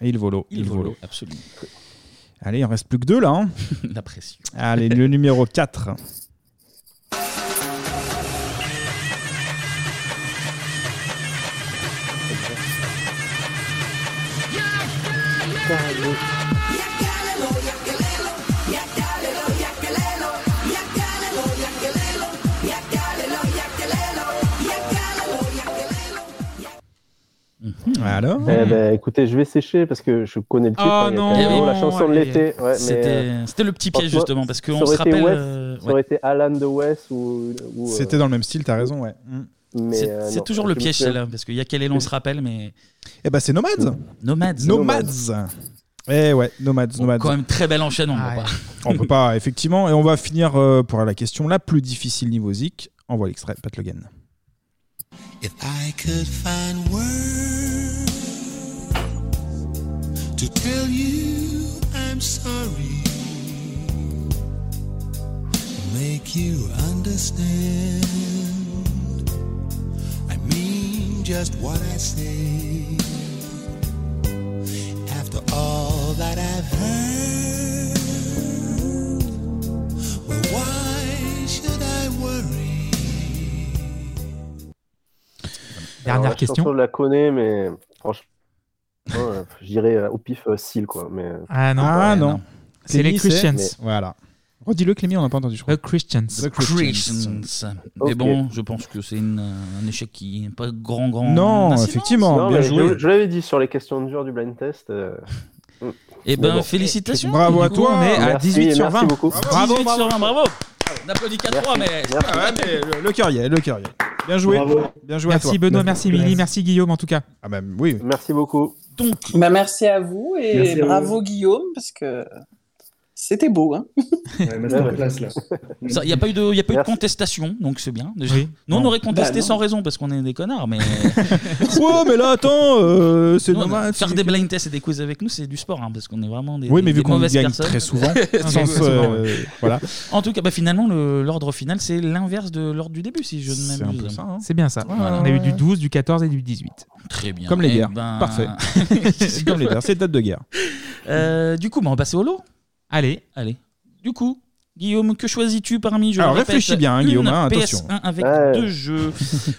S7: Et il volo. Il, volo.
S1: Absolument.
S7: Allez, il en reste plus que deux là. hein.
S1: La pression.
S7: Allez, le numéro 4. Mhm, Alors
S3: Eh ben, écoutez, je vais sécher parce que je connais le titre.
S1: Ah
S3: hein, il y a
S1: non,
S3: Camilo,
S1: non,
S3: la chanson de
S1: allez.
S3: l'été. ouais, mais,
S1: C'était-
S3: euh,
S1: c'était le petit piège,
S3: franchement,
S1: justement, parce qu'on
S3: ça aurait
S1: se
S3: été
S1: rappelle,
S3: West,
S1: euh,
S3: ça aurait été Alan de West ou. ou, euh,
S7: C'était dans le même style, t'as raison, ouais. Mm.
S3: mais,
S1: C'est
S3: euh,
S1: c'est
S3: non,
S1: toujours
S3: je
S1: le
S3: me
S1: piège,
S3: souviens-
S1: celle-là, parce qu'il y a quel élan on se rappelle, mais.
S7: Eh ben, c'est Nomades
S1: Nomades.
S7: Nomades Eh ouais, Nomades, Nomades.
S1: Quand même très bel enchaînement. on va pas.
S7: On peut pas, effectivement. Et on va finir euh, pour la question la plus difficile niveau zik. Envoie l'extrait, Pat Le Guen.
S11: If I could find words to tell you I'm sorry, make you understand, I mean just what I say. After all that I've heard, well, why should I worry?
S3: Alors,
S8: Dernière
S3: la chanson,
S8: question.
S3: Je la connais, mais franchement, euh, je dirais euh, au pif euh, Seal, quoi. Mais...
S8: Ah non.
S7: Ah
S8: Ouais,
S7: non.
S8: non. C'est les
S7: Clémy,
S8: Christians.
S7: Mais- Voilà. Redis-le, Clémy, on n'a pas entendu, je crois.
S8: The Christians.
S7: The Christians.
S1: Christians.
S7: Ok.
S1: Mais bon, je pense que c'est une, euh, un échec qui n'est pas grand, grand.
S7: Non,
S1: incidence.
S7: effectivement,
S3: Non,
S7: bien
S3: mais
S7: joué.
S3: Je, je l'avais dit sur les questions dures du blind test. euh, mm.
S1: Eh
S3: Mais
S1: ben,
S3: bon.
S1: félicitations.
S7: Bravo à
S1: Du coup,
S7: toi.
S1: on est Eh, à
S7: Merci,
S1: 18 sur
S7: merci
S1: 20.
S7: beaucoup. Bravo,
S1: 18
S7: bravo.
S1: sur 20, bravo. On applaudit qu'à 3, mais.
S7: Ah ouais, mais le, le cœur y est, le cœur y est. Bien joué. Bien joué à
S8: Merci
S7: toi.
S8: Benoît, merci Émilie, merci Guillaume en tout cas.
S7: Ah bah oui.
S3: Merci beaucoup.
S1: Donc,
S9: Bah, merci à vous et
S8: Merci à vous.
S9: bravo Guillaume parce que c'était beau. Hein
S10: masterclass, là.
S1: Il n'y a pas eu de, y a pas eu de contestation, donc c'est bien. déjà.
S7: Oui.
S1: Nous, on
S7: Non.
S1: aurait contesté
S7: Bah, non.
S1: sans raison parce qu'on est des connards, mais.
S7: Ouais, Oh, mais là, attends, euh, c'est
S1: Nous, on a-
S7: normal.
S1: Faire des blind tests et des quiz avec nous, c'est du sport, hein, parce qu'on est vraiment des.
S7: Oui, mais
S1: des
S7: vu qu'on
S1: mauvaises
S7: gagne
S1: personnes.
S7: très souvent,
S1: Très
S7: sans,
S1: souvent,
S7: euh,
S1: ouais.
S7: voilà.
S1: En tout cas, bah, finalement, le- l'ordre final, c'est l'inverse de l'ordre du début, si je ne
S8: C'est
S1: m'abuse.
S8: un peu ça, hein. C'est bien ça. On a eu du 12, du 14 et du 18.
S1: Très bien.
S7: Comme les
S1: Eh
S7: guerres.
S1: ben-
S7: Parfait. Comme les guerres. C'est date de guerre.
S1: Euh, du coup, bah, on va passer au lot.
S8: Allez.
S1: Allez. Du coup, Guillaume, que choisis-tu parmi je
S7: Alors,
S1: le répète,
S7: réfléchis bien, hein,
S1: une
S7: Guillaume, hein,
S1: PS1
S7: attention.
S1: avec
S7: Ouais.
S1: deux jeux.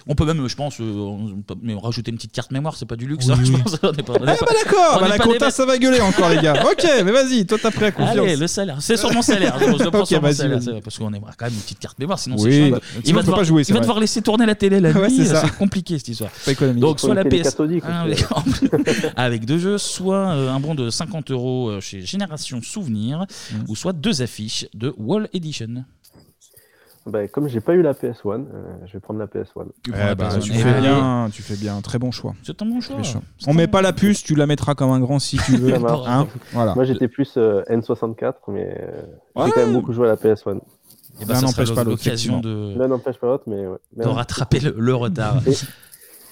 S1: on peut même, je pense, euh, on peut- mais rajouter une petite carte mémoire, c'est pas du luxe.
S7: Oui,
S1: hein, je
S7: oui.
S1: pense, on est pas- on est
S7: Ah
S1: pas-
S7: bah d'accord,
S1: on
S7: bah
S1: est pas
S7: la
S1: des
S7: compta
S1: bêtes.
S7: ça va gueuler encore les gars. Ok, mais vas-y, toi t'as pris la confiance.
S1: Allez, le salaire, c'est sur mon salaire. Je prends
S7: Ok,
S1: sur mon
S7: vas-y,
S1: salaire,
S7: vas-y.
S1: c'est vrai, parce qu'on aimerait quand même une petite carte mémoire, sinon
S7: Oui,
S1: c'est
S7: bah,
S1: chiant.
S7: sinon,
S1: Il
S7: on
S1: va
S7: peut
S1: devoir-
S7: pas jouer,
S1: il
S7: c'est
S1: va
S7: vrai.
S1: devoir laisser tourner la télé la
S7: Ouais,
S1: nuit,
S7: c'est ça.
S1: c'est compliqué cette histoire.
S7: Pas économique.
S1: Donc
S7: Faut
S1: soit
S7: une
S1: la
S7: télé
S1: PS
S7: cathodique
S1: Ah,
S3: hein.
S7: aussi.
S1: oui. avec deux jeux, soit euh, un bon de 50 euros euh, chez Génération Souvenir,
S7: Mm.
S1: ou soit deux affiches de Wall Edition.
S3: Bah, comme j'ai pas eu la PS1, euh, je vais prendre la PS1.
S7: Eh bah, tu fais bien, tu fais bien, très bon choix.
S1: C'est un bon choix.
S7: On met pas la puce, tu la mettras comme un grand si tu veux.
S3: Ça marche.
S7: Hein
S1: Ah.
S7: voilà.
S3: Moi j'étais plus euh, N64, mais euh,
S7: Ouais.
S3: j'ai quand même beaucoup joué à la PS1.
S7: Ah
S1: Eh ben, L'un ça n'empêche sera pas l'autre, l'occasion effectivement. de-
S3: L'un n'empêche pas l'autre, mais ouais. Mais
S1: de
S3: ouais.
S1: rattraper le, le retard.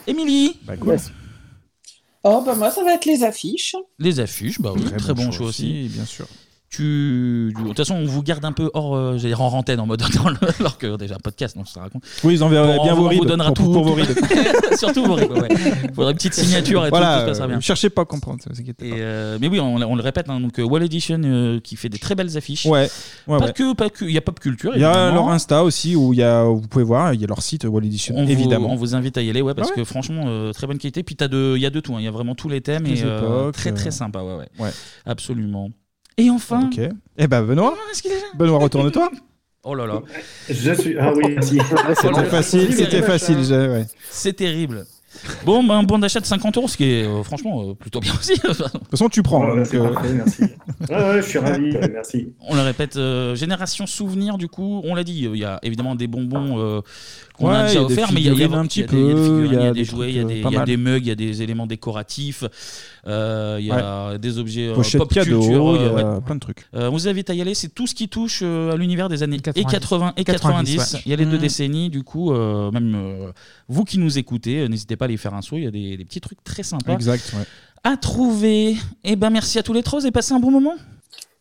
S1: Émilie
S7: Bah,
S3: cool. Ouais.
S9: Oh, bah moi, ça va être les affiches.
S1: Les affiches, bah oui, très, bon, choix aussi.
S7: bien sûr.
S1: Tu... De toute façon, on vous garde un peu hors, euh, j'allais dire en antenne, en mode, dans le- alors que déjà un podcast, donc ça raconte.
S7: Oui, ils enverraient
S1: Bon,
S7: bien
S1: on
S7: vos
S1: vous
S7: rides.
S1: donnera
S7: pour,
S1: tout.
S7: pour vos rides.
S1: Surtout vos rides, ouais. Faudrait une petite signature et tout,
S7: Voilà,
S1: tout se passera
S7: euh,
S1: bien.
S7: Cherchez pas à comprendre, ça vous inquiétez
S1: Et, euh, mais oui, on, on le répète, hein, donc euh, Wall Edition euh, qui fait des très belles affiches.
S7: Ouais, ouais,
S1: pas
S7: ouais.
S1: que, pas que, il y a pop culture.
S7: Il y a
S1: évidemment.
S7: leur Insta aussi où il y a, vous pouvez voir, il y a leur site Wall Edition,
S1: on vous-
S7: évidemment.
S1: on vous invite à y aller, ouais, parce
S7: Ah
S1: que
S7: ouais.
S1: franchement, euh, très bonne qualité. Puis t'as de- il y a de tout, hein, il y a vraiment tous les thèmes
S7: Toutes
S1: et
S7: les
S1: euh,
S7: époques,
S1: très très
S7: euh,
S1: sympa, ouais, ouais.
S7: ouais.
S1: Absolument. Et enfin. ah,
S7: Ok. Eh ben Benoît, Benoît retourne-toi.
S1: Oh là là.
S7: Je suis- ah oui, merci. C'était
S1: Oh là là.
S7: facile,
S1: C'est
S7: c'était
S1: terrible.
S7: facile, je- ouais.
S1: C'est terrible. Bon, ben, un bon d'achat de 50 euros, ce qui est euh, franchement euh, plutôt bien aussi.
S7: De toute façon, tu prends.
S1: Oh, bah,
S7: donc,
S1: c'est
S7: euh,
S1: parfait,
S10: merci. Ouais, ouais, je suis ravi, euh, merci.
S1: On le répète, euh, génération souvenir, du coup, on l'a dit, euh, il y a évidemment des bonbons euh, qu'on a
S7: Ouais,
S1: déjà
S7: il y a des
S1: offerts, mais il y a- il y a
S7: figurines un
S1: il y a des-
S7: petit
S1: il y a des
S7: peu,
S1: figurines, il y a des
S7: trucs,
S1: jouets, il y a
S7: euh,
S1: des-
S7: pas
S1: il y a
S7: mal.
S1: des mugs, il y a des éléments décoratifs, euh, il y a des objets euh,
S7: Pochette
S1: pop
S7: cadeau,
S1: culture,
S7: il y a
S1: ouais.
S7: plein de trucs.
S1: Euh, on vous invite à y aller, c'est tout ce qui touche euh, à l'univers des années
S7: 90.
S1: 80 et 90.
S7: 90, ouais.
S1: Il y a les deux
S7: Mm.
S1: décennies, du coup, euh, même euh, vous qui nous écoutez, euh, n'hésitez pas à aller faire un saut, il y a des, des petits trucs très sympas
S7: Exact, ouais.
S1: à trouver. Et ben merci à tous les trois, vous avez passé un bon moment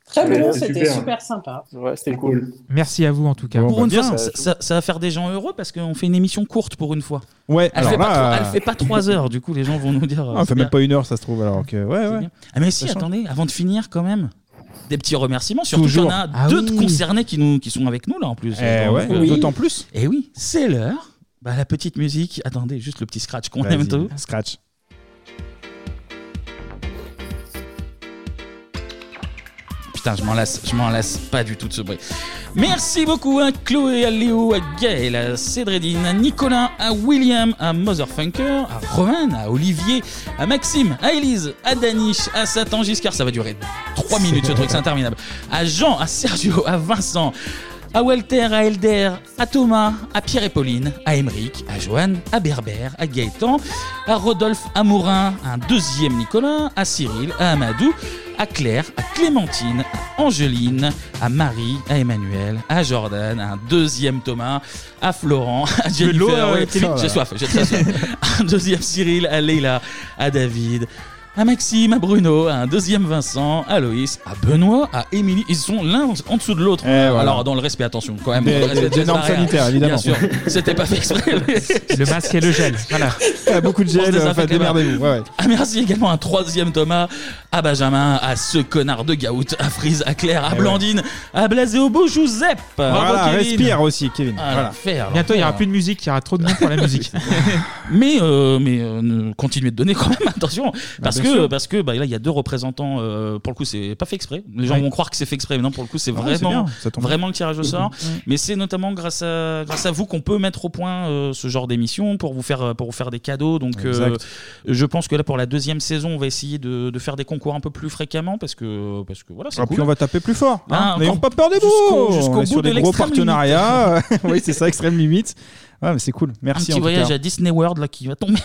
S9: Très bon, c'était super sympa.
S3: Ouais, c'était
S10: cool.
S8: Merci à vous en tout cas.
S1: pour une fois,
S7: euh,
S1: ça, ça- ça va faire des gens heureux parce qu'on fait une émission courte pour une fois.
S7: Ouais,
S1: elle,
S7: alors
S1: fait pas
S7: là,
S1: trois-
S7: euh,
S1: elle fait pas 3 heures, du coup, les gens vont nous dire.
S7: Ah,
S1: euh,
S7: on
S1: c'est
S7: fait même
S1: bien.
S7: pas une heure, ça se trouve, alors que. Ouais, ouais.
S1: Ah, mais si,
S7: Ça change.
S1: attendez, avant de finir, quand même, des petits remerciements. Surtout qu'il y en
S7: Toujours.
S1: a
S7: Ah
S1: deux
S7: oui.
S1: de concernés qui, nous, qui sont avec nous, là, en plus.
S7: Eh
S1: Donc,
S7: ouais,
S1: euh,
S7: d'autant plus.
S1: Et oui, c'est l'heure. Bah, la petite musique. Attendez, juste le petit scratch qu'on
S7: Vas-y,
S1: aime tout.
S7: Scratch.
S1: Putain, je m'en lasse, je m'en lasse pas du tout de ce bruit. Merci beaucoup à Chloé, à Léo, à Gaël, à Cédredine, à Nicolas, à William, à Motherfunker, à Roman, à Olivier, à Maxime, à Élise, à Danish, à Satan Giscard. Ça va durer 3 minutes ce truc, c'est interminable. À Jean, à Sergio, à Vincent, à Walter, à Elder, à Thomas, à Pierre et Pauline, à Émeric, à Joanne, à Berber, à Gaëtan, à Rodolphe, à Morin, à un deuxième Nicolas, à Cyril, à Amadou, à Claire, à Clémentine, à Angeline, à Marie, à Emmanuel, à Jordan, à un deuxième Thomas, à Florent, à
S7: veux de l'eau,
S1: Jennifer,
S7: euh,
S1: ouais,
S7: Teddy
S1: j'ai soif, j'ai très soif. un deuxième Cyril, à Leila, à David, à Maxime, à Bruno, à un deuxième Vincent, à Loïs, à Benoît, à Émilie. Ils sont l'un en dessous de l'autre.
S7: Eh, voilà.
S1: Alors, dans le respect, attention, quand même.
S7: Des-
S1: dans le respect
S7: des- des normes
S1: barrières,
S7: sanitaires, évidemment.
S1: Bien sûr, c'était pas fait exprès. mais-
S8: Le masque et le gel. Voilà.
S7: Ah, beaucoup de
S1: On se
S7: gel, enfin,
S1: désinfecte les mains.
S7: démerdez-vous. Ouais, ouais.
S1: Ah, merci également à un troisième Thomas, à Benjamin, à ce connard de Gaout, à Frise, à Claire, à
S7: Eh ouais.
S1: Blandine, à Blasé au beau Joseph.
S7: Voilà,
S1: Bravo, Kevin.
S7: respire aussi, Kevin.
S1: Ah,
S7: Voilà.
S1: l'enfer,
S8: Bientôt, il n'y aura
S1: l'enfer.
S8: plus de musique, il y aura trop de monde pour la musique.
S1: mais euh, mais euh, ne- continuez de donner quand même attention
S7: Ah,
S1: parce
S8: bien
S1: que
S8: sûr.
S1: parce que bah, là il y a deux représentants euh, pour le coup c'est pas fait exprès les gens
S7: Ouais.
S1: vont croire que c'est fait exprès mais non pour le coup c'est
S7: Ah ouais, c'est
S1: vraiment
S7: bien, ça tombe bien.
S1: vraiment le tirage au sort
S7: Mhm.
S1: mais c'est notamment grâce à grâce à vous qu'on peut mettre au point euh, ce genre d'émission pour vous faire euh, pour vous faire des cadeaux donc euh,
S7: Exact.
S1: je pense que là pour la deuxième saison on va essayer de, de faire des concours un peu plus fréquemment parce que parce que voilà c'est
S7: Ah,
S1: cool
S7: puis on va taper plus fort.
S1: Ah,
S7: hein.
S1: encore
S7: N'ayons pas peur des
S1: jusqu'au-
S7: mots.
S1: jusqu'au
S7: on
S1: bout
S7: est
S1: de
S7: sur des gros
S1: l'extrême
S7: partenariats. oui, c'est ça, extrême limite. Ouais, mais c'est cool. Merci
S1: un
S7: en
S1: petit
S7: tout
S1: voyage
S7: cas.
S1: à Disney World là qui va tomber.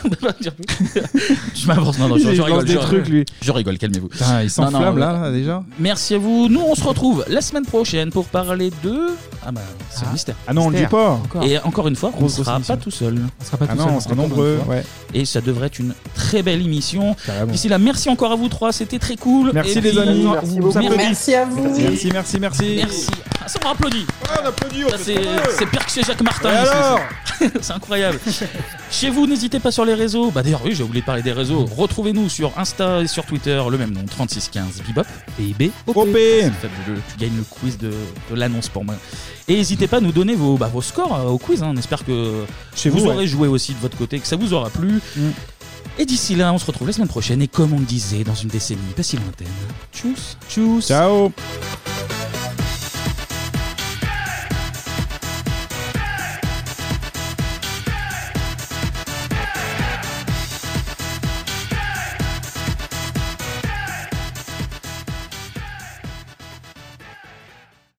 S1: je m'avance, non, non, je,
S7: Il
S1: je
S7: lance
S1: rigole.
S7: des
S1: je,
S7: trucs, lui.
S1: je rigole, calmez-vous.
S7: Putain, il s'enflamme, là, là, déjà.
S1: Merci à vous. Nous, on se retrouve la semaine prochaine pour parler de. Ah bah, c'est un mystère.
S7: Ah non, on le dit pas.
S1: Encore. Et encore une fois, on ne sera pas tout seul.
S7: On sera pas Ah tout non, seul, on sera encore nombreux, une fois. ouais.
S1: Et ça devrait être une très belle émission. D'ici là, merci encore à vous trois, c'était très cool.
S7: Merci,
S1: Et
S7: les
S1: puis,
S7: amis.
S1: on-
S7: Merci
S1: on-
S7: beaucoup.
S1: on-
S7: Merci à vous. Merci, merci, merci.
S1: Merci. Ah, ça, on applaudit.
S7: on applaudit.
S1: c'est c'est pire que chez Jacques Martin.
S7: Et
S1: ici,
S7: alors
S1: ça. C'est incroyable. Chez vous, n'hésitez pas sur les réseaux. Bah d'ailleurs, oui, j'ai oublié de parler des réseaux. Retrouvez-nous sur Insta et sur Twitter, le même nom, 3615 Bibop, B OP. C'est fabuleux. Tu gagnes le quiz de, de l'annonce pour moi. Et n'hésitez pas à nous donner vos, bah, vos scores euh, au quiz. hein. On espère que
S7: Chez
S1: vous,
S7: vous,
S1: aurez
S7: ouais.
S1: joué aussi de votre côté, que ça vous aura plu. Et d'ici là, on se retrouve la semaine prochaine. Et comme on le disait, dans une décennie pas si lointaine. Tchuss. Tchuss.
S7: Ciao.